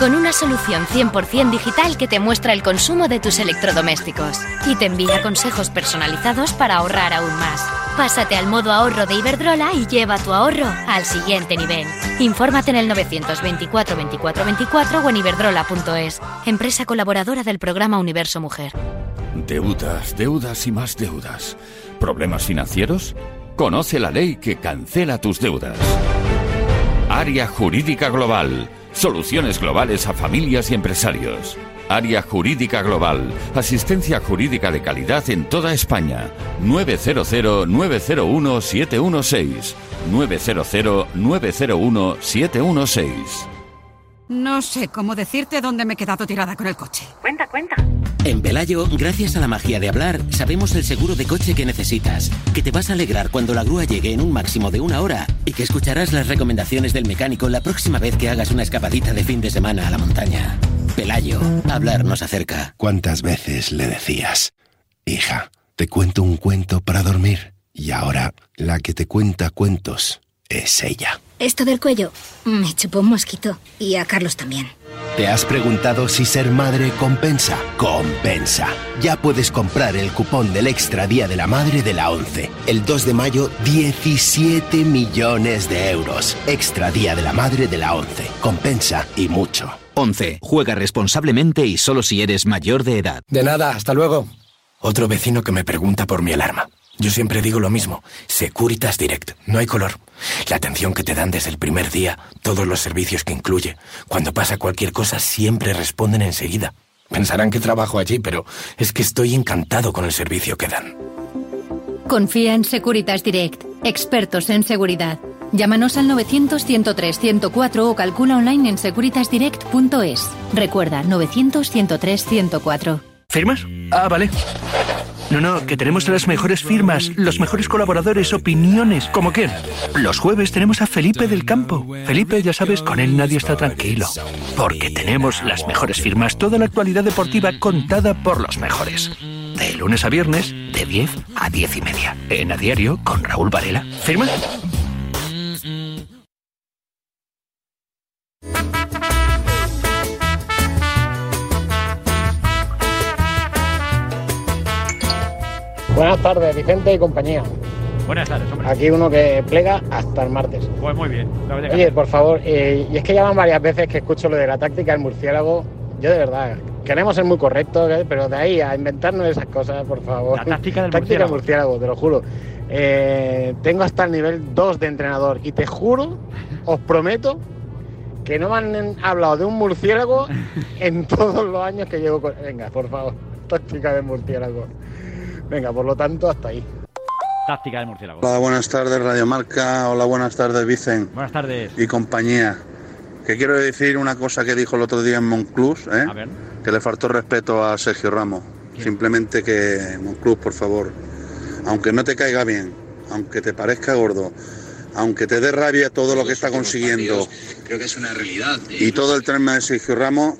Con una solución 100% digital que te muestra el consumo de tus electrodomésticos y te envía consejos personalizados para ahorrar aún más. Pásate al modo ahorro de Iberdrola y lleva tu ahorro al siguiente nivel. Infórmate en el 924 24 24 o en iberdrola.es, empresa colaboradora del programa Universo Mujer.
Deudas, deudas y más deudas. ¿Problemas financieros? Conoce la ley que cancela tus deudas. Área Jurídica Global. Soluciones globales a familias y empresarios. Área Jurídica Global. Asistencia jurídica de calidad en toda España. 900-901-716. 900-901-716.
No sé cómo decirte dónde me he quedado tirada con el coche.
Cuenta, cuenta.
En Pelayo, gracias a la magia de hablar, sabemos el seguro de coche que necesitas, que te vas a alegrar cuando la grúa llegue en un máximo de una hora y que escucharás las recomendaciones del mecánico la próxima vez que hagas una escapadita de fin de semana a la montaña. Pelayo, hablar nos acerca.
¿Cuántas veces le decías, hija, te cuento un cuento para dormir? Y ahora, la que te cuenta cuentos es ella.
Esto del cuello me chupó un mosquito y a Carlos también.
¿Te has preguntado si ser madre compensa? Compensa. Ya puedes comprar el cupón del Extra Día de la Madre de la 11. El 2 de mayo, 17 millones de euros. Extra Día de la Madre de la 11. Compensa y mucho.
11. Juega responsablemente y solo si eres mayor de edad.
De nada, hasta luego.
Otro vecino que me pregunta por mi alarma. Yo siempre digo lo mismo, Securitas Direct, no hay color. La atención que te dan desde el primer día, todos los servicios que incluye, cuando pasa cualquier cosa siempre responden enseguida. Pensarán que trabajo allí, pero es que estoy encantado con el servicio que dan.
Confía en Securitas Direct, expertos en seguridad. Llámanos al 900-103-104 o calcula online en securitasdirect.es. Recuerda, 900-103-104.
¿Firmas? Ah, vale. No, no, que tenemos las mejores firmas, los mejores colaboradores, opiniones, como quién. Los jueves tenemos a Felipe del Campo. Felipe, ya sabes, con él nadie está tranquilo. Porque tenemos las mejores firmas, toda la actualidad deportiva contada por los mejores. De lunes a viernes, de 10 a 10 y media. En A Diario, con Raúl Varela. ¿Firma?
Buenas tardes, Vicente y compañía.
Buenas tardes, hombre.
Aquí uno que plega hasta el martes.
Pues muy bien. la verdad que-
Oye, por favor, eh, y es que ya van varias veces que escucho lo de la táctica del murciélago. Yo de verdad, queremos ser muy correctos, ¿eh? pero de ahí a inventarnos esas cosas, por favor.
La táctica del
Táctica murciélago, te lo juro. Eh, tengo hasta el nivel 2 de entrenador y te juro, os prometo, que no me han hablado de un murciélago en todos los años que llevo con... Venga, por favor, táctica del murciélago. Venga, por lo tanto, hasta ahí.
táctica del murciélago.
Hola, buenas tardes Radio Marca, hola, buenas tardes Vicen
Buenas tardes.
y compañía. Que quiero decir una cosa que dijo el otro día en Monclús, ¿eh?
A ver.
que le faltó respeto a Sergio Ramos. Simplemente que Monclús, por favor, aunque no te caiga bien, aunque te parezca gordo, aunque te dé rabia todo lo que está consiguiendo
Creo que es una realidad. eh,
y todo el tema de Sergio Ramos,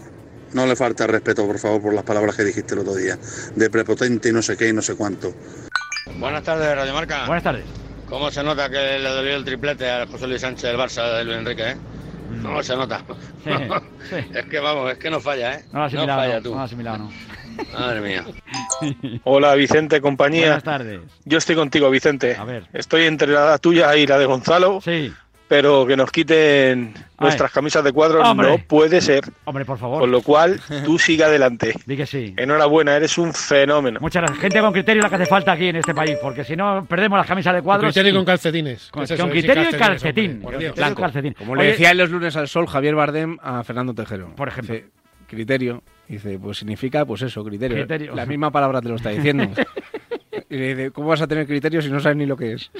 no le falta respeto, por favor, por las palabras que dijiste el otro día, de prepotente y no sé qué y no sé cuánto.
Buenas tardes, Radio Marca.
Buenas tardes.
¿Cómo se nota que le dolió el triplete a José Luis Sánchez del Barça de Luis Enrique, eh? ¿Cómo se nota? es que vamos, es que no falla, ¿eh?
No lo has asimilado,
falla
Ah, no,
tú.
no lo has asimilado, no.
Madre mía.
Hola Vicente, compañía.
Buenas tardes.
Yo estoy contigo, Vicente.
A ver.
Estoy entre la tuya y la de Gonzalo.
Sí.
Pero que nos quiten nuestras camisas de cuadro
Hombre.
no puede ser.
Hombre, por favor.
Con lo cual, tú siga adelante.
Di que sí.
Enhorabuena, eres un fenómeno.
Muchas gracias. Gente con criterio la que hace falta aquí en este país, porque si no perdemos las camisas de cuadros.
criterio con calcetines.
Con,
¿Qué es eso?
con
Sí,
criterio y
calcetines,
calcetín.
hombre, por
Con
Dios.
criterio y calcetín.
Como le
Oye,
decía en los lunes al sol Javier Bardem a Fernando Tejero.
Por ejemplo.
Dice, criterio. Dice, pues significa, pues eso, criterio.
Criterio.
La misma palabra te lo está diciendo. y le dice, ¿cómo vas a tener criterio si no sabes ni lo que es?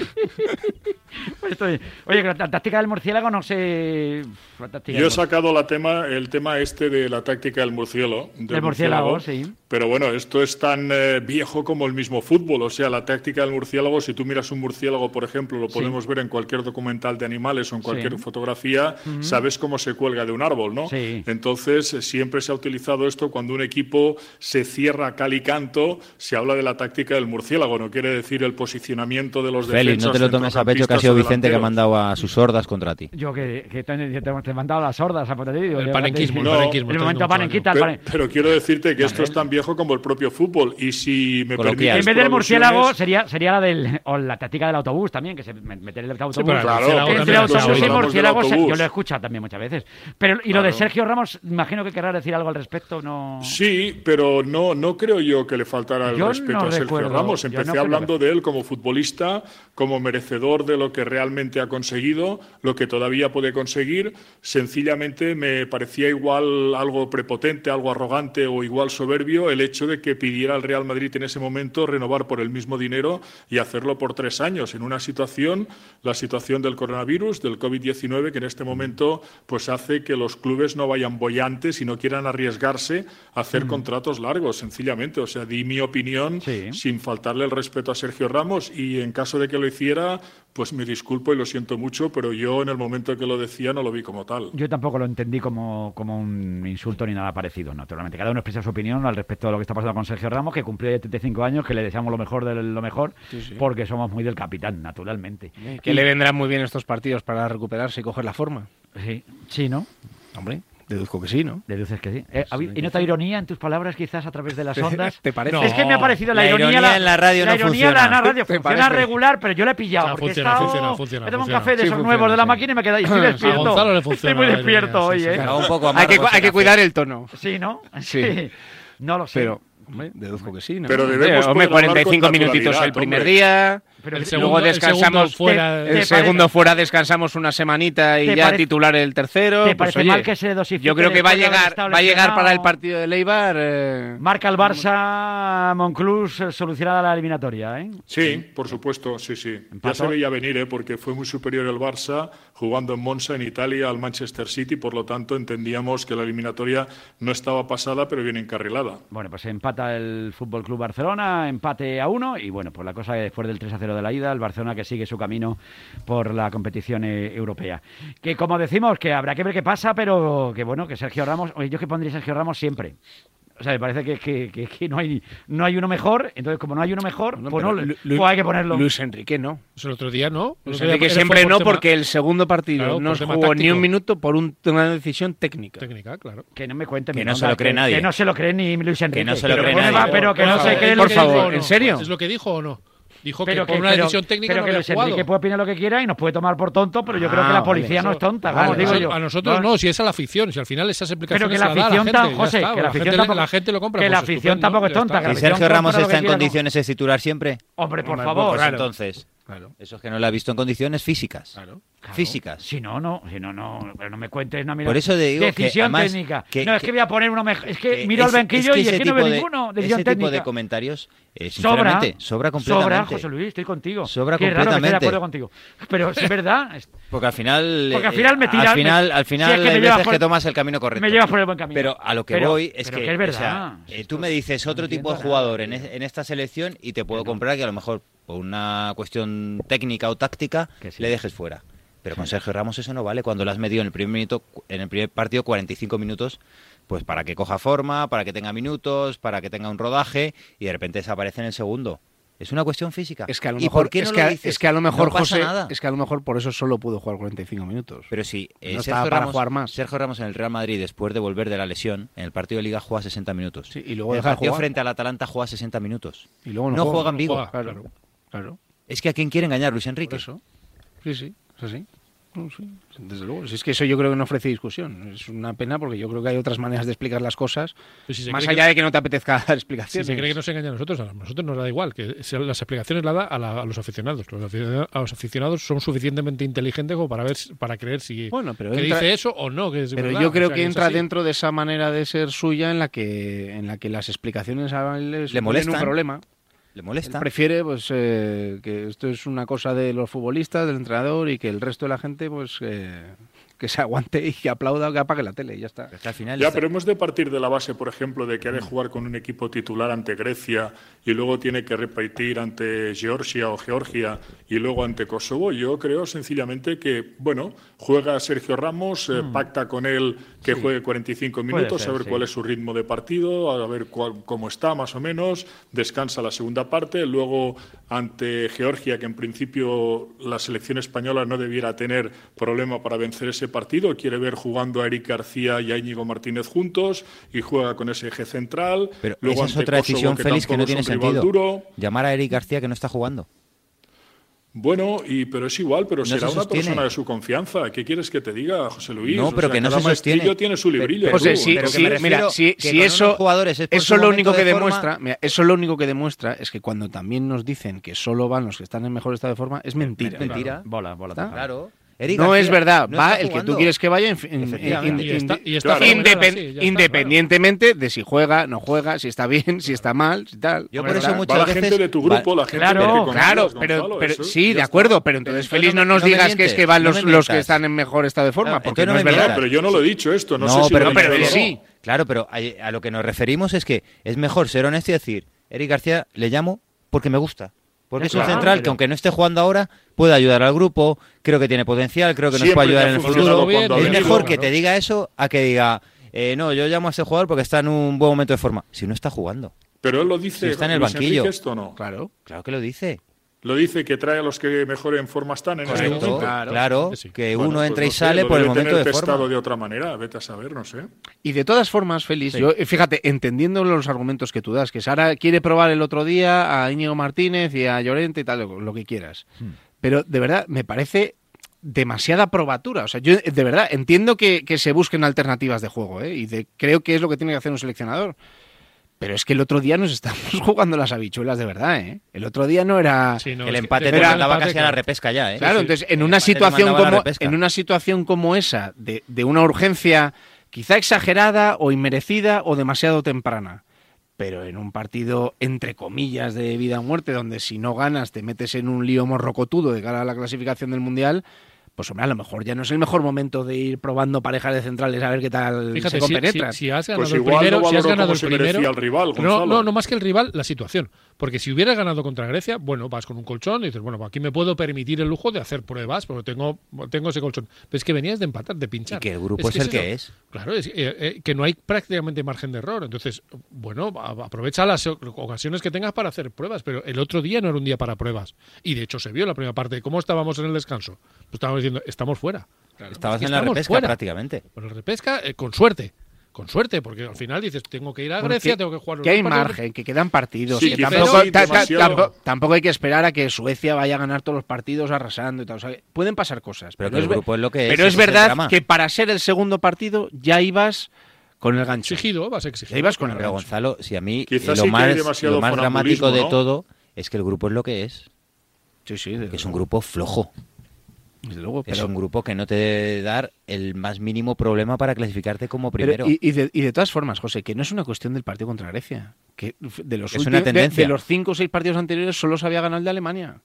pues estoy- oye, que la táctica del murciélago no sé. la táctica
Yo he
del
sacado la tema, el tema este de la táctica del murciélago.
Del murciélago, sí.
Pero bueno, esto es tan eh, viejo como el mismo fútbol. O sea, la táctica del murciélago, si tú miras un murciélago, por ejemplo, lo podemos ver en cualquier documental de animales o en cualquier
Sí.
fotografía,
Ujú.
sabes cómo se cuelga de un árbol, ¿no?
Sí.
Entonces, eh, siempre se ha utilizado esto cuando un equipo se cierra a cal y canto, se habla de la táctica del murciélago, no quiere decir el posicionamiento de los
Félix,
defensas.
no te lo tomes a pecho que ha sido Vicente que ha mandado a sus hordas contra ti.
Yo que, que te, yo te- te he mandado las sordas a por ti, digo, yo-
No,
El momento panenquita, el
Pero,
panen-
pero quiero decirte que esto es tan viejo como el propio fútbol. Y si me permites.
En vez del
por
murciélago
alusiones-
sería, sería la del o la táctica del autobús también, que se me- meter el autobús.
pero el Claro, murciélago
entre
también,
autobús
claro,
y
hablamos del
murciélago, se-
autobús.
yo lo he escuchado también muchas veces. Pero y lo de
Claro.
Sergio Ramos, imagino que querrá decir algo al respecto, no
Sí, pero no, no creo yo que le faltara el
Yo
respeto
no
a Sergio
recuerdo,
Ramos.
yo no
Empecé
creo
hablando de él como futbolista, como merecedor de lo que realmente ha conseguido, lo que todavía puede conseguir. Sencillamente me parecía igual algo prepotente, algo arrogante o igual soberbio el hecho de que pidiera al Real Madrid en ese momento renovar por el mismo dinero y hacerlo por tres años en una situación, la situación del coronavirus, del COVID-19, que en este momento pues hace que los clubes no vayan bollantes y no quieran arriesgarse a hacer
Mm.
contratos largos, sencillamente. O sea, di mi opinión sin faltarle el respeto a Sergio Ramos y en caso de que lo hiciera, pues me disculpo y lo siento mucho, pero yo en el momento que lo decía no lo vi como tal.
Yo tampoco lo entendí como, como un insulto ni nada parecido, naturalmente. Cada uno expresa su opinión al respecto de lo que está pasando con Sergio Ramos, que cumplió 75 años, que le deseamos lo mejor de lo mejor,
Sí, sí.
porque somos muy del capitán, naturalmente.
Eh,
Que le vendrán muy bien estos partidos para recuperarse y coger la forma.
Sí, sí, ¿no?
Hombre, deduzco que sí, ¿no?
Deduces que sí.
Pues
Eh, ¿habi- ¿Y nota ironía en tus palabras, quizás, a través de las ondas?
¿Te parece?
Es que me ha parecido la,
La
ironía.
ironía en la radio
la
no
ironía en la
funciona.
radio
¿Te
funciona
parece?
regular, pero yo la he pillado.
Ah,
porque he
funciona,
estado-
funciona, funciona,
Me tomo un
funciona.
café de
Sí,
esos
funciona,
nuevos de la máquina y me queda y estoy
A
despierto.
Gonzalo le funciona
Estoy muy
la ironía,
despierto
sí,
hoy,
sí,
¿eh?
sí. Claro, un poco amargo
Hay que,
ese
hay que
café.
cuidar el tono. Sí, ¿no?
Sí.
No lo sé.
Pero, hombre, deduzco que sí, ¿no?
Pero
Hombre,
debemos
hombre,
poder hablar
45
con
minutitos el
naturalidad,
primer
hombre.
día,
Pero el
luego
segundo- el
descansamos
segundo
fuera,
fuera-
el
¿te
segundo fuera descansamos una semanita
¿Te
y ya
parece-
titular el tercero.
¿Te
pues,
parece
oye,
mal que se dosifique
Yo creo que va a
después de haber
llegar,
estado
va a llegar para el
lesionado?
partido del Eibar. eh,
Marca el Barça, Monclús eh, solucionada la eliminatoria, ¿eh?
Sí, por supuesto, sí, sí. Ya
Empató.
se veía venir, ¿eh? porque fue muy superior el Barça jugando en Monza, en Italia, al Manchester City, por lo tanto entendíamos que la eliminatoria no estaba pasada, pero bien encarrilada.
Bueno, pues empata el Fútbol Club Barcelona, empate a uno. Y bueno, pues la cosa es después del 3 a 0 de la ida, el Barcelona que sigue su camino por la competición eh, europea. Que como decimos, que habrá que ver qué pasa, pero que bueno, que Sergio Ramos. oye, Yo es que pondría Sergio Ramos siempre. O sea, me parece que, que- que- que no, hay, no hay uno mejor. Entonces, como no hay uno mejor, pues, no,
pero Lu-
pues hay que ponerlo.
Luis Enrique no.
Pues el otro día no. El
Luis
otro día
Enrique
él
siempre
fue por
no,
tema-
porque el segundo partido
Claro,
no
por tema
jugó ni
táctico.
un minuto por un- una decisión técnica.
Técnica, claro.
Que no me cuente
Que
mi
no
onda,
se lo cree
que-
nadie.
Que no se lo cree ni Luis Enrique.
no se lo
Pero
cree
bueno,
nadie.
va, Pero que
Por
no se
favor,
cree
por
Luis Enrique.
favor, ¿en serio?
¿Es lo que dijo o no? Dijo que
Pero
por una
pero-
decisión técnica
pero
no
que
había
Luis
jugado.
Enrique puede opinar lo que quiera y nos puede tomar por tonto, pero yo creo
Ah,
que la
vale,
policía
eso-
no es tonta.
vale,
vamos, digo
a-
yo.
A nosotros
Vamos.
no, si es a la afición, si al final esas
Pero
explicaciones
que la
se las da
afición,
a la
tan-
gente, ya
José,
está,
que la afición
gente,
tampoco-
la gente lo compra.
que
pues
la
estupendo,
afición tampoco es
ya
tonta,
está. Pues
que la
¿Y Sergio Ramos está en
quiera, ¿no?
condiciones de titular siempre?
Hombre, por
Pues
favor.
entonces, eso es que no lo ha visto en condiciones físicas. Físicas.
Si no, no, si no, no, pero no me cuentes, no mira.
Por eso te digo que,
decisión
además,
técnica.
que-
no, es que,
que-
voy a poner uno mejor. Es que miro al
Ese-
banquillo y es
ese
que no veo
tipo de-
ninguno.
Ese
Decisión
tipo
técnica.
de comentarios, eh,
sobra,
sinceramente, sobra, completamente.
Sobra, José Luis, estoy contigo.
Sobra
Qué raro que esté de
completamente.
acuerdo contigo. Pero sí es verdad. es-
Porque al final.
Porque al
eh,
final me tiras-
Al final,
me-
al final
si es que me
hay
llevas
veces
por-
que tomas el camino correcto.
me llevas por el buen camino.
Pero a lo que
Pero-
voy es
pero
que.
que es
o sea,
verdad.
eh, tú me dices otro tipo de jugador en, es- en esta selección y te puedo comprar que a lo mejor por una cuestión técnica o táctica le dejes fuera. Pero con Sergio Ramos eso no vale. Cuando lo has metido en el primer minuto, en el primer partido 45 minutos, pues para que coja forma, para que tenga minutos, para que tenga un rodaje y de repente desaparece en el segundo. Es una cuestión física.
Es que a lo
¿Y
mejor,
por qué no
es
lo
que, a-
dices?
es que a lo mejor
No pasa
José,
nada.
es que a lo mejor por eso solo pudo jugar 45 minutos.
Pero sí, eh,
no estaba
Sergio,
para
Ramos,
jugar más.
Sergio Ramos en el Real Madrid, después de volver de la lesión, en el partido de Liga juega 60 minutos.
y luego
en el
deja de
partido
jugar.
frente al Atalanta juega 60 minutos.
Y luego no,
no juega en Vigo.
juega, Claro, claro.
Es que a quién quiere engañar Luis Enrique.
Sí, sí, es así. No, sí, Desde luego, Si es que eso yo creo que no ofrece discusión. Es una pena porque yo creo que hay otras maneras de explicar las cosas.
Pero si se
más
cree
allá
que-
de que no te apetezca dar explicaciones.
Si se cree que nos engaña a nosotros, a nosotros nos da igual, que se- las explicaciones las da a, la- a los aficionados. Los aficionados, a los aficionados son suficientemente inteligentes como para ver para creer si
Bueno, pero
que
entra-
dice eso o no. Que es
Pero
verdad,
yo creo
o sea,
que
es
entra
así.
dentro de esa manera de ser suya en la que en la que las explicaciones a él le suponen
molestan.
un problema.
Le molesta.
Él prefiere pues eh, que esto es una cosa de los futbolistas, del entrenador y que el resto de la gente pues eh, que se aguante y que aplauda o que apague la tele y ya está.
al final
Ya, pero hemos de partir de la base, por ejemplo, de que ha de jugar con un equipo titular ante Grecia y luego tiene que repetir ante Georgia o Georgia y luego ante Kosovo. Yo creo sencillamente que, bueno, juega Sergio Ramos, eh, pacta con él que juegue 45
Mm. Puede
minutos,
ser,
a ver
sí.
cuál es su ritmo de partido, a ver cuál- cómo está más o menos, descansa la segunda parte, luego ante Georgia, que en principio la selección española no debiera tener problema para vencer ese partido, quiere ver jugando a Eric García y a Íñigo Martínez juntos y juega con ese eje central.
Pero
luego
esa es
ante
otra
Kosovo,
decisión, Félix, que no
tampoco
tiene
es un rival
sentido.
duro.
Llamar a Eric García que no está jugando.
Bueno, y, pero es igual, pero
No se
será una
sostiene.
persona de su confianza. ¿Qué quieres que te diga, José Luis?
No,
O
pero
sea,
que no
cada
se sostiene.
maestrillo tiene su librillo.
José,
tú,
si,
pero que
si-
me refiero
mira, si,
que
si
con
eso,
unos jugadores es por
eso
su
lo
momento
único que
de forma-
demuestra, mira, eso lo único que demuestra es que cuando también nos dicen que solo van los que están en mejor estado de forma es mentira.
Mentira.
Bola, bola.
¿Está?
Claro.
no es verdad, va el que tú quieres que vaya en- en-
Efectivamente.
en-
Y está-
y está
indepen-
fenomenal así, ya está,
independientemente de si juega, no juega, si está bien, si está mal, si tal.
Yo
Hombre,
por eso
¿verdad?
muchas Va la veces- gente de tu grupo,
Va-
la gente que
claro,
conoces,
claro,
Gonzalo,
pero, pero
eso,
sí,
ya
de
está.
acuerdo, pero entonces
Pero
feliz no
entonces
nos
no me
digas que es
mientes,
que van
no
los,
me
los que
mientas.
están en mejor estado de forma,
Claro,
porque
entonces
no,
no
es
me
verdad.
mientas.
Pero yo no lo he dicho esto, no,
No,
sé si
pero,
lo he
pero
dicho o no.
sí. Claro, pero a, a lo que nos referimos es que es mejor ser honesto y decir, Eric García le llamo porque me gusta. Porque es un
Claro,
central
pero-
que aunque no esté jugando ahora, puede ayudar al grupo, creo que tiene potencial, creo que nos
Siempre
puede ayudar
te ha
en el
funcionado
futuro.
cuando ha
Es
venido,
mejor que
claro.
te diga eso a que diga, eh, no, yo llamo a este jugador porque está en un buen momento de forma. Si no está jugando.
Pero él lo dice.
Si está en el
Luis
banquillo.
Enrique, esto no.
Claro.
Claro que lo dice.
Lo dice que trae a los que mejor en forma están en este
Correcto,
momento.
claro, claro, que sí. que uno entra y
sé, pues
sale
lo
por el
debe
momento
tener
de forma.
testado de otra manera, vete a saber, no sé.
Y de todas formas, Félix,
Sí.
yo, eh, fíjate, entendiendo los argumentos que tú das, que Sara quiere probar el otro día a Íñigo Martínez y a Llorente y tal, lo, lo que quieras. Pero de verdad, me parece demasiada probatura. O sea, yo eh, de verdad entiendo que, que se busquen alternativas de juego, ¿eh? Y de- creo que es lo que tiene que hacer un seleccionador. Pero es que el otro día nos estamos jugando las habichuelas de verdad, ¿eh? El otro día no era...
el empate te mandaba casi a la repesca ya, ¿eh?
Claro, entonces en una situación como en una situación como esa de, de una urgencia quizá exagerada o inmerecida o demasiado temprana, pero en un partido entre comillas de vida o muerte donde si no ganas te metes en un lío morrocotudo de cara a la clasificación del mundial. Pues hombre, a lo mejor ya no es el mejor momento de ir probando parejas de centrales a ver qué tal
Fíjate,
se
si-
compenetran.
si, si has ganado el primero, si has ganado el primero- no, no, no más que el rival, la situación. Porque si hubieras ganado contra Grecia, bueno, vas con un colchón y dices, bueno, pues aquí me puedo permitir el lujo de hacer pruebas, porque tengo, tengo ese colchón. Pero es que venías de empatar, de pinchar.
Y que el grupo es el que
eso. Claro, es, eh, eh, que no hay prácticamente margen de error. Entonces, bueno, a- aprovecha las o- ocasiones que tengas para hacer pruebas, pero el otro día no era un día para pruebas. Y de hecho se vio en la primera parte. ¿Cómo estábamos en el descanso? Pues estábamos diciendo, estamos fuera.
Estabas
Es que
en la
estamos
repesca
fuera.
prácticamente.
Bueno, repesca eh, con suerte. Con suerte, porque al final dices, tengo que ir a
Porque
Grecia, tengo que jugar los
que hay
dos partidos.
margen, que quedan partidos.
Sí,
que
quizás
tampoco,
sí,
ta- ta-
demasiado.
tampoco- tampoco hay que esperar a que Suecia vaya a ganar todos los partidos arrasando y tal. O sea, pueden pasar cosas.
Pero que el
ver-
grupo es lo que es,
pero
ese
es
es el
verdad
drama.
que para ser el segundo partido ya ibas con el gancho.
Exigido, vas exigido.
Ya ibas con el
Pero
gancho.
Gonzalo, si a mí
Quizás
lo,
sí que hay
más,
demasiado
lo más dramático de
fanambulismo, ¿no?
todo es que el grupo es lo que es.
Sí, sí.
es un grupo flojo. es un grupo que no te debe dar el más mínimo problema para clasificarte como
Pero-
primero.
y, y de, y de todas formas, José, que no es una cuestión del partido contra Grecia. Que f- de los
Es una
últimos- de-
tendencia.
de los cinco o seis partidos anteriores solo se había ganado el de Alemania.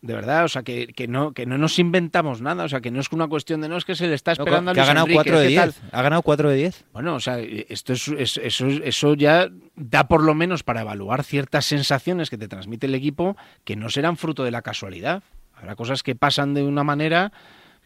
De verdad, o sea, que, que no, que no nos inventamos nada. O sea, que no es una cuestión de no, es que se le está
No,
esperando a
que ha
Luis
ganado
Enrique,
4 de
¿qué tal?
10. Ha ganado 4 de 10.
Bueno, o sea, esto es, es- eso, eso ya da por lo menos para evaluar ciertas sensaciones que te transmite el equipo que no serán fruto de la casualidad. Habrá cosas que pasan de una manera,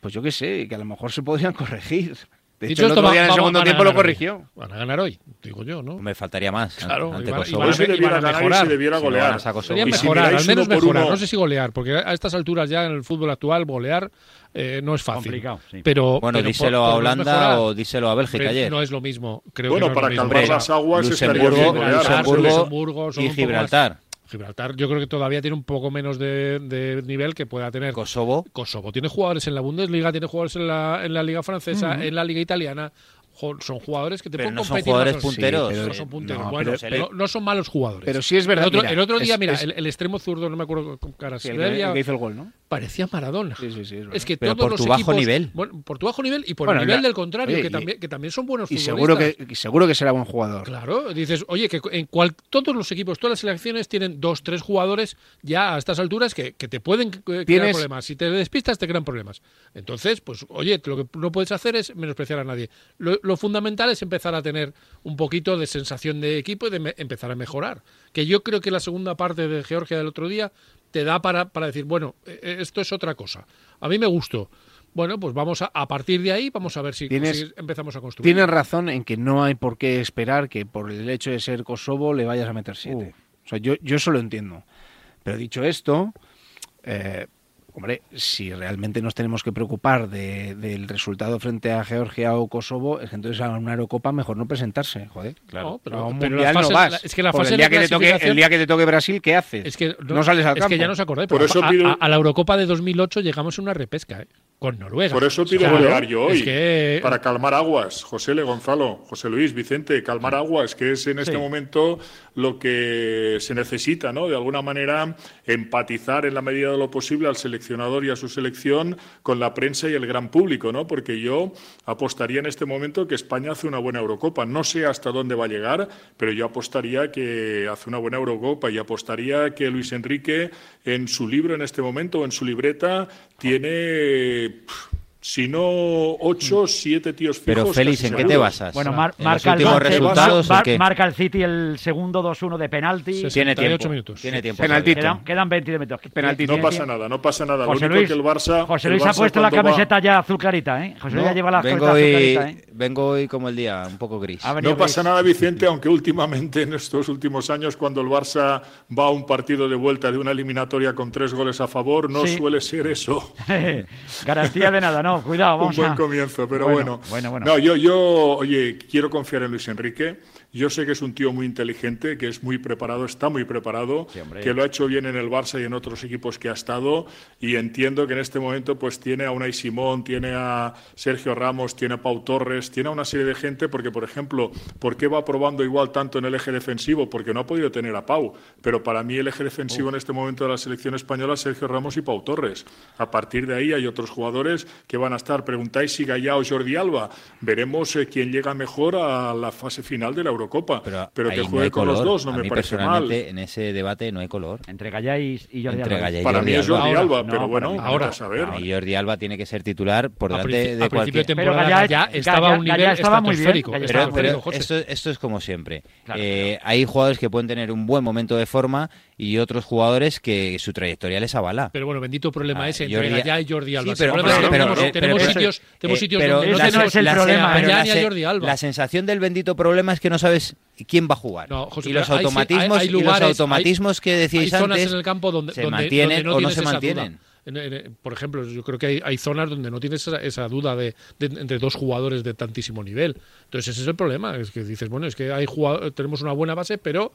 pues yo qué sé, que a lo mejor se podrían corregir. De hecho, el otro día en el segundo tiempo lo corrigió.
Van a ganar hoy, digo yo, ¿no?
Me faltaría más.
Claro,
ante
y van-
Kosovo.
y van a- y van a mejorar.
Si no ganas a Kosovo.
Deberían
Y si
mejorar, al
miráis
menos
uno por
mejorar.
uno-
No sé si golear, porque a estas alturas ya en el fútbol actual golear eh, no es fácil.
Complicado, sí.
Pero
Bueno,
pero
díselo
por-
a
por lo menos
Holanda
mejorar.
o díselo a Bélgica
Pero
ayer.
No es lo mismo. Creo
Bueno,
que no
para
es lo mismo.
calmar las aguas estaría bien Luxemburgo, golear. Luxemburgo
son
y
un poco más-
Gibraltar.
Gibraltar yo creo que todavía tiene un poco menos de, de nivel que pueda tener.
Kosovo.
Kosovo tiene jugadores en la Bundesliga, tiene jugadores en la, en la Liga Francesa,
Ujú.
en la Liga Italiana. jo- son jugadores que te
Pero
pueden
no son
competir.
jugadores
las-
punteros.
Sí, pero-
No son punteros,
no,
bueno,
pero-
se le-
pero no son malos jugadores.
Pero sí es verdad,
El otro,
mira,
el otro día,
es-
mira,
es-
el, el extremo zurdo, no me acuerdo con cara.
Sí, el que- el que hizo el gol, ¿no?
Parecía Maradona.
Sí, sí, sí. verdad.
Es que
Pero
todos
por
los
tu bajo
equipos-
nivel.
Bueno, por tu bajo nivel y por
Bueno,
el nivel
ya-
del contrario,
oye,
que,
y-
también, que también son buenos
Y
futbolistas.
seguro que, y seguro que será buen jugador.
Claro, dices, oye, que en cual, todos los equipos, todas las selecciones tienen dos, tres jugadores ya a estas alturas que, que te pueden eh, crear
Tienes-
problemas. Si te despistas, te crean problemas. Entonces, pues, oye, lo que no puedes hacer es menospreciar a nadie. Lo, lo fundamental es empezar a tener un poquito de sensación de equipo y de me- empezar a mejorar. Que yo creo que la segunda parte de Georgia del otro día te da para, para decir, bueno, eh, esto es otra cosa. A mí me gustó. Bueno, pues vamos a, a partir de ahí, vamos a ver si,
Tienes-
si empezamos a construir.
Tienes razón en que no hay por qué esperar que por el hecho de ser Kosovo le vayas a meter 7. O sea, yo, yo eso lo entiendo. Pero dicho esto, eh, hombre, si realmente nos tenemos que preocupar de- del resultado frente a Georgia o Kosovo, es que entonces a una Eurocopa mejor no presentarse, joder.
Claro. No, pero-
a un
pero
mundial
las
no
fases-
vas.
la- es que la
Porque
fase
el
de
día que te toque,
clasificación-
el día que te toque Brasil, ¿qué haces?
Es que
no, sales al
es
campo.
que ya nos acordé.
Por
Por
eso
eso
pido-
a, a la Eurocopa de 2008 llegamos en una repesca, ¿eh? Con Noruega.
Por eso pido
Claro,
golear yo hoy.
Es que
Para calmar aguas, José Le Gonzalo, José Luis, Vicente, calmar aguas, que es en este
Sí.
momento lo que se necesita, ¿no? De alguna manera empatizar en la medida de lo posible al seleccionador y a su selección con la prensa y el gran público, ¿no? Porque yo apostaría en este momento que España hace una buena Eurocopa. No sé hasta dónde va a llegar, pero yo apostaría que hace una buena Eurocopa y apostaría que Luis Enrique en su libro en este momento o en su libreta tiene si no
Mm.
ocho, siete tíos fijos.
Pero, Félix,
casi
¿en qué te
seguro.
basas?
Bueno,
O sea,
mar-
en
marca,
los
el
últimos
Barça-
resultados,
mar-
¿o qué?
marca el City el segundo 2-1 de penalti.
68 Tiene tiempo. minutos. Tiene tiempo,
Penaltito.
todavía.
Quedan, quedan 20 minutos.
No pasa nada, no pasa nada.
José
Lo único
Luis,
que el Barça.
José
el
Luis ha
Barça
puesto la
cuando va-
camiseta ya azul clarita, ¿eh? José Luis
No,
ya lleva la
vengo
camiseta azul
hoy,
clarita, ¿eh?
vengo hoy como el día, un poco gris.
No pasa nada, Vicente, aunque últimamente en estos últimos años, cuando el Barça va a un partido de vuelta de una eliminatoria con tres goles a favor, no
Sí.
suele ser eso.
Garantía de nada, no, cuidado, vamos
un buen
a-
comienzo, pero
Bueno, bueno,
bueno.
bueno.
No, yo, yo, oye, quiero confiar en Luis Enrique. Yo sé que es un tío muy inteligente, que es muy preparado, está muy preparado,
hombre.
que lo ha hecho bien en el Barça y en otros equipos que ha estado. Y entiendo que en este momento, pues tiene a Unai Simón, tiene a Sergio Ramos, tiene a Pau Torres, tiene a una serie de gente, porque, por ejemplo, ¿por qué va probando igual tanto en el eje defensivo? Porque no ha podido tener a Pau. Pero para mí, el eje defensivo en este momento de la selección española es Sergio Ramos y Pau Torres. A partir de ahí hay otros jugadores que van a estar. Preguntáis si Gallá o Jordi Alba. Veremos eh, quién llega mejor a la fase final de la Eurocopa. Pero,
Ahí
que
no
juegue
hay
con los
color.
dos no
A
me
mí,
parece mal.
personalmente, en ese debate no hay color.
Entre Gallá y, Jordi
Entre
Alba.
Gallá y
Para
Jordi
mí es Jordi
Alba.
Alba, Ahora, pero no, bueno, para mí ahora no. a saber.
Y Jordi Alba tiene que ser titular por
A princi-
delante
a
de
principio
cualquier.
de temporada Pero Gallá- ya estaba a un Gallá nivel estaba muy bien, estratosférico, Gallá estaba
Pero, pero
perdido, José.
esto, esto es como siempre. Eh, Hay jugadores que pueden tener un buen momento de forma y otros jugadores que su trayectoria les avala.
Pero bueno, bendito
Ah,
problema ese entre
Jordi-
Gallá y Jordi Alba.
Sí, pero-
el problema
pero-
es que
pero-
tenemos,
pero-
tenemos
pero-
sitios,
eh,
tenemos sitios
pero
donde no
la-
tenemos
la-
la-
la-
a Gallá ni
la-
a Jordi Alba.
La sensación del bendito problema es que no sabes quién va a jugar.
No, José,
y los
pero hay-
automatismos,
hay- hay
y
lugares,
los automatismos
hay-
que decís
hay zonas
antes
en el campo donde,
se
donde-
mantienen
donde
o no
tienes
se
esa duda.
mantienen.
En- en- por ejemplo, yo creo que hay, hay zonas donde no tienes esa, esa duda de, de- entre dos jugadores de tantísimo nivel. Entonces ese es el problema, es que dices, bueno, es que hay jugado- tenemos una buena base, pero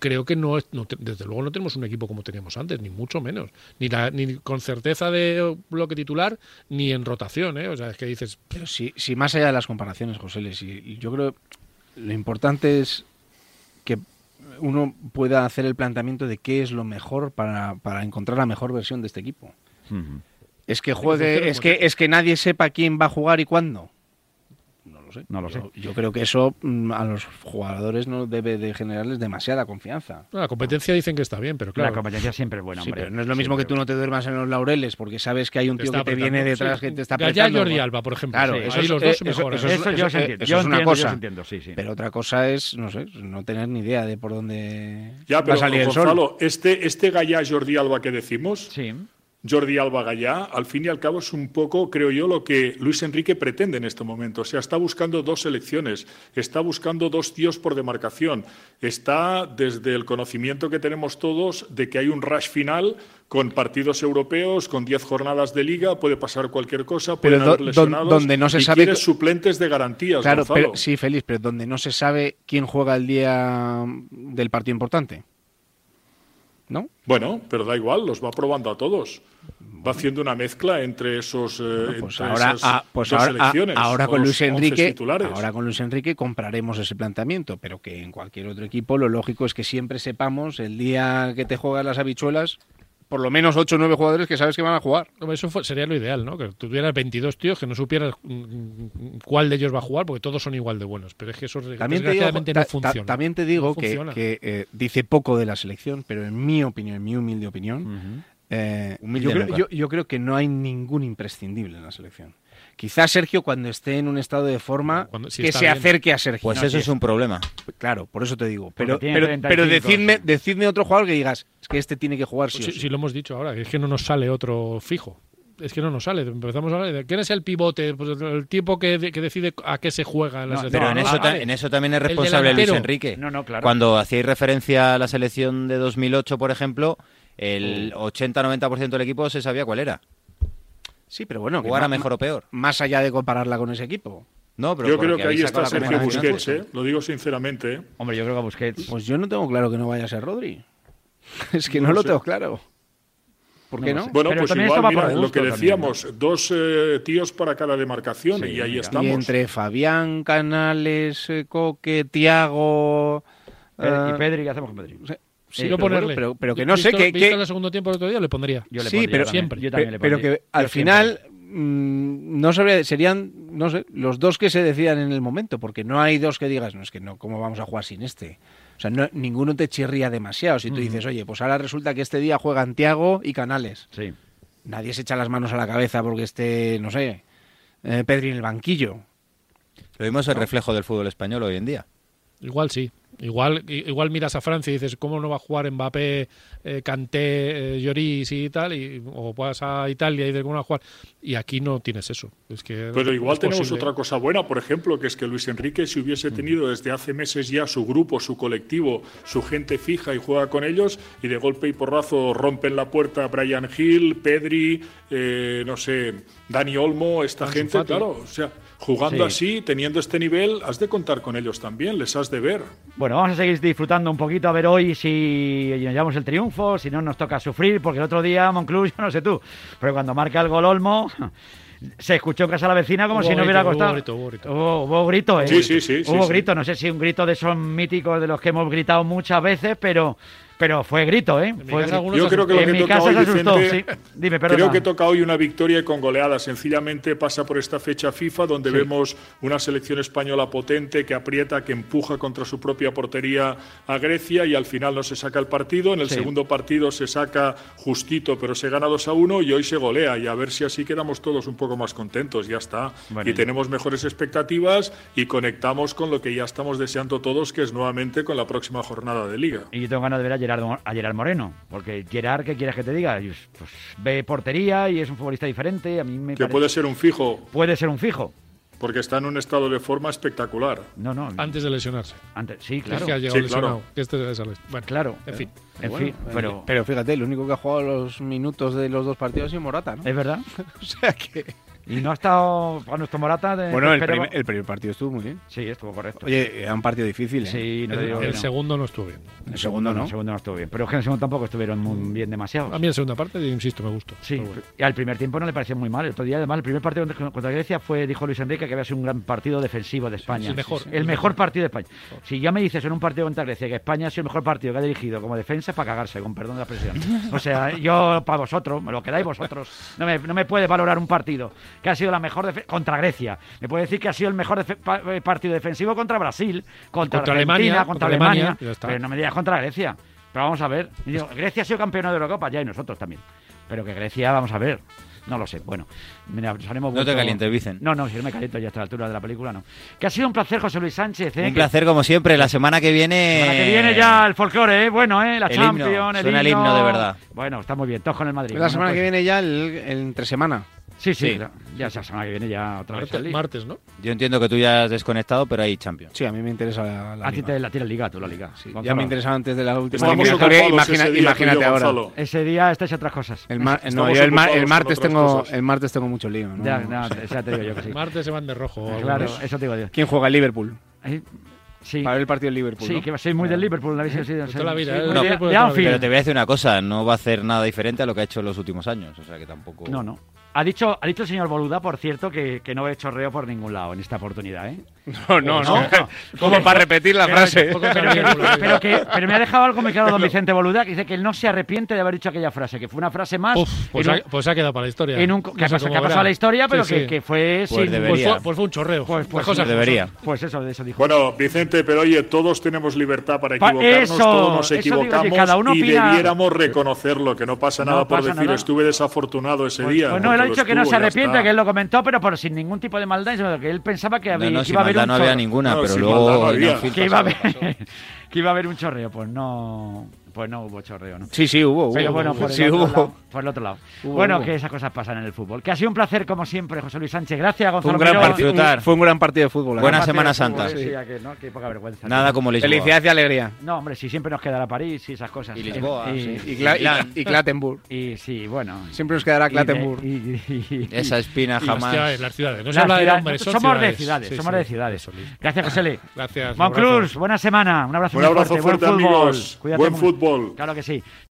creo que no, es- no te- desde luego no tenemos un equipo como teníamos antes, ni mucho menos, ni, la- ni con certeza de bloque titular, ni en rotación, ¿eh? O sea, es que dices,
Pero si, si más allá de las comparaciones, José, Luis, y- y yo creo lo importante es que uno pueda hacer el planteamiento de qué es lo mejor para, para encontrar la mejor versión de este equipo. Es que juegue, es que, es que nadie sepa quién va a jugar y cuándo. No lo sé.
No lo sé.
Yo, yo creo que eso mm, a los jugadores no debe de generarles demasiada confianza.
la competencia dicen que está bien, pero claro.
La competencia siempre es
buena,
Sí, pero no es lo mismo que tú no te duermas en los laureles porque sabes que hay un
Te
tío
está
que te
apretando,
viene detrás
sí.
que te está
Gallá y
apretando.
Jordi Alba, por ejemplo,
Claro,
sí.
eso
Ahí
es-
los dos se
eh, eso-
mejoran.
Eso,
Eso
es-
yo
eso-
os entiendo,
eso
yo
es una
entiendo, yo os
cosa.
entiendo, sí, sí.
Pero otra cosa es, no sé, no tener ni idea de por dónde
Ya,
va a
pero
salir el sol.
Gonzalo, este, este Gallá Jordi Alba que decimos, Jordi Alba Gallá, al fin y al cabo es un poco, creo yo, lo que Luis Enrique pretende en este momento. O sea, está buscando dos selecciones, está buscando dos tíos por demarcación, está desde el conocimiento que tenemos todos de que hay un rush final con partidos europeos, con 10 jornadas de liga, puede pasar cualquier cosa,
Pero
pueden
do-
haber
don-
lesionados
donde no se
y
sabe
quiere
que-
suplentes de garantías,
Claro,
Gonzalo.
pero, sí, feliz, pero donde no se sabe quién juega el día del partido importante. ¿no?
Bueno, pero da igual, los va probando a todos. Va haciendo una mezcla entre esos. eh,
Pues
entre
ahora,
esas
ah, pues
dos
ahora, ah,
selecciones,
ahora con
los
Luis
11
Enrique,
titulares.
ahora con Luis Enrique compraremos ese planteamiento, pero que en cualquier otro equipo lo lógico es que siempre sepamos el día que te juegas las habichuelas, por lo menos 8 o 9 jugadores que sabes que van a jugar.
Eso fue- sería lo ideal, ¿no? Que tuvieras 22 tíos, que no supieras mm, cuál de ellos va a jugar, porque todos son igual de buenos. Pero es que eso
También te digo,
desgraciadamente
ta-
no
ta-
funciona.
también te digo
No
que,
funciona.
que, eh, dice poco de la selección, pero en mi opinión, en mi humilde opinión, eh,
Humilde
yo, creo,
nunca.
yo- yo creo que no hay ningún imprescindible en la selección. Quizás Sergio cuando esté en un estado de forma
si
que
está
se
bien.
acerque a Sergio.
Pues
No,
eso
si
es un problema.
Pues Claro, por eso te digo.
Porque
Pero,
tiene
pero,
35,
pero decidme, decidme otro jugador que digas, es que este tiene que jugar sí,
Si
o sí.
lo hemos dicho ahora, que es que no nos sale otro fijo. Es que no nos sale. Empezamos a hablar de quién es el pivote, Pues el tipo que, de- que decide a qué se juega en la selección.
pero en, eso
Ah,
ta-
vale.
en eso también es
El
responsable Luis
delantero.
Enrique. Cuando hacíais referencia a la selección de 2008, por ejemplo, el
Oh.
80-90% del equipo se sabía cuál era.
Sí, pero bueno. que
Jugar a
ma-
mejor o peor.
Más allá de compararla con ese equipo.
No,
Yo creo que ahí está Sergio Busquets, ¿eh? lo digo sinceramente. ¿eh?
Hombre, yo creo que Busquets.
Pues yo no tengo claro que no vaya a ser Rodri. Es que no,
No
lo
sé.
tengo claro. ¿Por qué no?
Bueno, pues igual, mira, lo que decíamos, dos eh, tíos para cada demarcación y ahí
Y
estamos.
entre Fabián, Canales, eh, Coque, Tiago. Ah,
Pedri- y
Eh, Pedri, ¿qué hacemos con Pedri?
Sí, yo ponerle.
pero, pero que no sé
Visto-
qué.
visto
qué-
el segundo tiempo del otro día le pondría.
sí, pero,
siempre.
pe- pero que al final mm, no sabría, serían, no sé, los dos que se decidan en el momento, porque no hay dos que digas, no, es que no, ¿cómo vamos a jugar sin este? O sea, no- ninguno te chirría demasiado. Si tú
Ujú.
dices, oye, pues ahora resulta que este día juegan Tiago y Canales.
Sí.
Nadie se echa las manos a la cabeza porque esté, no sé, eh, Pedri en el banquillo.
Lo vimos el reflejo del fútbol español hoy en día.
Igual sí. Igual, i- igual miras a Francia y dices, ¿cómo no va a jugar Mbappé, eh, Kanté, eh, Lloris y tal? Y, o vas a Italia y dices, ¿cómo no va a jugar? Y aquí no tienes eso. Es que
Pero igual
es
tenemos
posible. Mm.
otra cosa buena, por ejemplo, que es que Luis Enrique, si hubiese tenido desde hace meses ya su grupo, su colectivo, su gente fija y juega con ellos, y de golpe y porrazo rompen la puerta Brian Hill, Pedri, eh, no sé, Dani Olmo, esta gente,
Fati.
claro, o sea, jugando
Sí.
así, teniendo este nivel, has de contar con ellos también, les has de ver.
Bueno, vamos a seguir disfrutando un poquito a ver hoy si nos llevamos el triunfo, si no nos toca sufrir, porque el otro día Monclus, yo no sé tú, pero cuando marca el gol Olmo, se escuchó en casa la vecina como
Hubo
si no
grito,
hubiera
hubo
costado.
grito, hubo grito.
Hubo, hubo grito, ¿eh?
Sí, sí, sí, sí,
Hubo
sí.
grito, no sé si un grito de esos míticos de los que hemos gritado muchas veces, pero, pero fue grito, ¿eh? Fue
Pues,
grito.
yo creo que lo
en
que
mi
toca
casa
hoy,
se asustó,
Vicente,
sí. Dime,
creo
perdona.
que toca hoy una victoria con goleada. Sencillamente pasa por esta fecha FIFA donde
Sí.
vemos una selección española potente que aprieta, que empuja contra su propia portería a Grecia y al final no se saca el partido. En el
Sí.
segundo partido se saca justito, pero se gana 2 a 1 y hoy se golea. Y a ver si así quedamos todos un poco más contentos. Ya está.
Bueno,
y
y-
tenemos mejores expectativas y conectamos con lo que ya estamos deseando todos, que es nuevamente con la próxima jornada de liga.
Y yo tengo ganas de ver a Gerard, Mo- a Gerard Moreno, porque Gerard, ¿qué quieres que te diga? Y, Pues ve portería y es un futbolista diferente, a mí me
Que
parece-
puede ser un fijo.
Puede ser un fijo.
Porque está en un estado de forma espectacular.
No, no.
Antes de lesionarse.
Antes, sí,
Es
claro.
que ha llegado
Sí, claro.
lesionado. que este es el- bueno,
Claro.
En fin.
En
Bueno,
fin,
eh,
pero...
pero fíjate, el único que ha jugado los minutos de los dos partidos es Morata, ¿no?
Es verdad.
o sea que.
Y no ha estado a nuestro Morata de...
Bueno, el,
pero-
prim- el primer partido estuvo muy bien.
Sí, estuvo correcto.
Oye, era un partido difícil, ¿eh?
Sí, no
El,
te digo
el
que no.
segundo no estuvo bien.
El segundo no.
El segundo no estuvo bien. Pero es que en el segundo tampoco estuvieron muy bien demasiado.
A mí la segunda parte, insisto, me gustó.
Sí,
Pero bueno.
y al primer tiempo no le pareció muy mal. El otro día, además, el primer partido contra- contra Grecia fue, dijo Luis Enrique, que había sido un gran partido defensivo de España.
sí, el mejor.
El mejor partido de España. Si ya me dices en un partido contra Grecia que España ha sido el mejor partido que ha dirigido como defensa, para cagarse, con perdón de la presión. O sea, yo para vosotros, me lo quedáis vosotros. No me, no me puede valorar un partido que ha sido la mejor defe- contra Grecia. Me puede decir que ha sido el mejor defe- pa- eh, partido defensivo contra Brasil, contra,
Contra
Argentina,
Alemania,
contra,
contra
Alemania.
Alemania, ya está.
pero no me digas contra Grecia. Pero vamos a ver. Y digo, Grecia ha sido campeona de Eurocopa, ya y nosotros también. Pero que Grecia, vamos a ver. No lo sé. Bueno, mira, nos haremos
No te
mucho-
calientes, Vicen.
No, no, si no me caliento ya a esta altura de la película, no. Que ha sido un placer, José Luis Sánchez. ¿eh?
Un
Que-
placer como siempre. La semana que viene.
Semana que viene ya el folclore, ¿eh? Bueno, ¿eh? La
El himno.
Champions, el
Suena el himno de verdad.
Bueno, está muy bien. Todos con el Madrid.
La
Bueno,
semana
pues-
que viene ya, el, el entre semana.
Sí, sí.
Sí.
Ya, ya la semana que viene ya otra vez.
Martes, martes, ¿no?
Yo entiendo que tú ya has desconectado, pero hay Champions.
Sí, a mí me interesa la, la
A ti
liga.
Ah, te la tira liga, tú la liga. Gonzalo.
Ya me interesaba antes de la última
Estamos
eliminatoria,
ocupados
imagina-
ese día,
imagínate
tú y yo,
ahora.
Gonzalo. Ese día estáis a otras cosas.
El, mar- no,
Estamos
yo el, mar-
ocupados
el
con
martes
otras
tengo,
cosas.
el martes tengo mucho lío. ¿no?
Ya, no, ya te digo yo que sí.
Martes se van de rojo.
Claro,
algunos.
eso te digo yo.
¿Quién juega el Liverpool?
Eh,
para ver el partido del Liverpool.
Sí,
¿no?
que sois muy del Liverpool, la habéis sido.
toda la vida,
sí,
¿eh?
muy
No,
de-
pero-
de Anfield.
Pero te voy a decir una cosa, no va a hacer nada diferente a lo que ha hecho en los últimos años. O sea que tampoco.
No, no. Ha dicho, ha dicho el señor Boluda, por cierto, que, que no he chorreo por ningún lado en esta oportunidad, ¿eh?
No, no, no. Como para repetir la
Pero-
frase.
Pero, que- pero que- pero me ha dejado algo muy claro don Vicente Boluda, que dice que él no se arrepiente de haber dicho aquella frase, que fue una frase más...
Uf, pues,
en un-
ha, pues ha quedado para la historia.
en un- que ha
sé
pasado-
cómo
que ha pasado
verá.
la historia, pero que-
sí.
que fue Pues sin- debería.
Pues fue, pues fue un chorreo.
Pues- pues
Las cosas
sí,
como
debería.
son.
Pues eso, de eso dijo.
Bueno, Vicente, pero oye, todos tenemos libertad para
Pa-
equivocarnos,
eso,
todos nos
eso digo yo,
equivocamos
cada uno
y
opina-
debiéramos reconocerlo, que no pasa
No
nada por
pasa
decir
nada.
estuve desafortunado ese día.
Pues no, él ha
porque lo
dicho que no
estuvo,
se
ya
arrepiente,
está.
que él lo comentó, pero por sin ningún tipo de maldad, sino que él pensaba que, había,
no,
que
sin
iba a haber
maldad
un
no había
chorreo.
ninguna, No, pero sin luego maldad no había. en Anfield
que, iba a
pasó,
haber, que iba a haber un chorreo, pues no, pues no hubo chorreo, ¿no?
Sí, sí, hubo,
Pero
hubo,
bueno, pues
hubo.
por, el
Sí,
otro
hubo.
Lado, por el otro lado.
Hubo,
bueno,
hubo.
que esas cosas pasan en el fútbol. Que ha sido un placer, como siempre, José Luis Sánchez. Gracias,
Fue
Gonzalo
un, gran
Miró.
partido, un- fue un gran partido de fútbol.
Buena
además.
Semana
Partido de fútbol,
Santa.
sí,
Sí.
ya que, ¿no? Qué poca vergüenza.
Nada como Lisboa.
Felicidad y alegría.
No, hombre, si siempre nos quedará París y esas cosas.
Y Lisboa, sí.
Y Gla- y-
Milán.
y Glattenburg.
Y sí, bueno.
Siempre nos quedará
Y de-
Glattenburg.
y- y- y-
Esa espina
y las
jamás.
ciudades,
las ciudades. No se
Las
habla de
ciudades.
hombres, son
Somos de
ciudades.
ciudades,
Sí,
somos
sí,
de ciudades.
eso, Luis.
Gracias, José Le.
Gracias, un
Monclús,
abrazo.
buena semana. Un abrazo
Un
muy
abrazo
fuerte,
fuerte,
buen fútbol.
amigos.
Cuídate
Buen
mucho.
fútbol.
Claro que sí.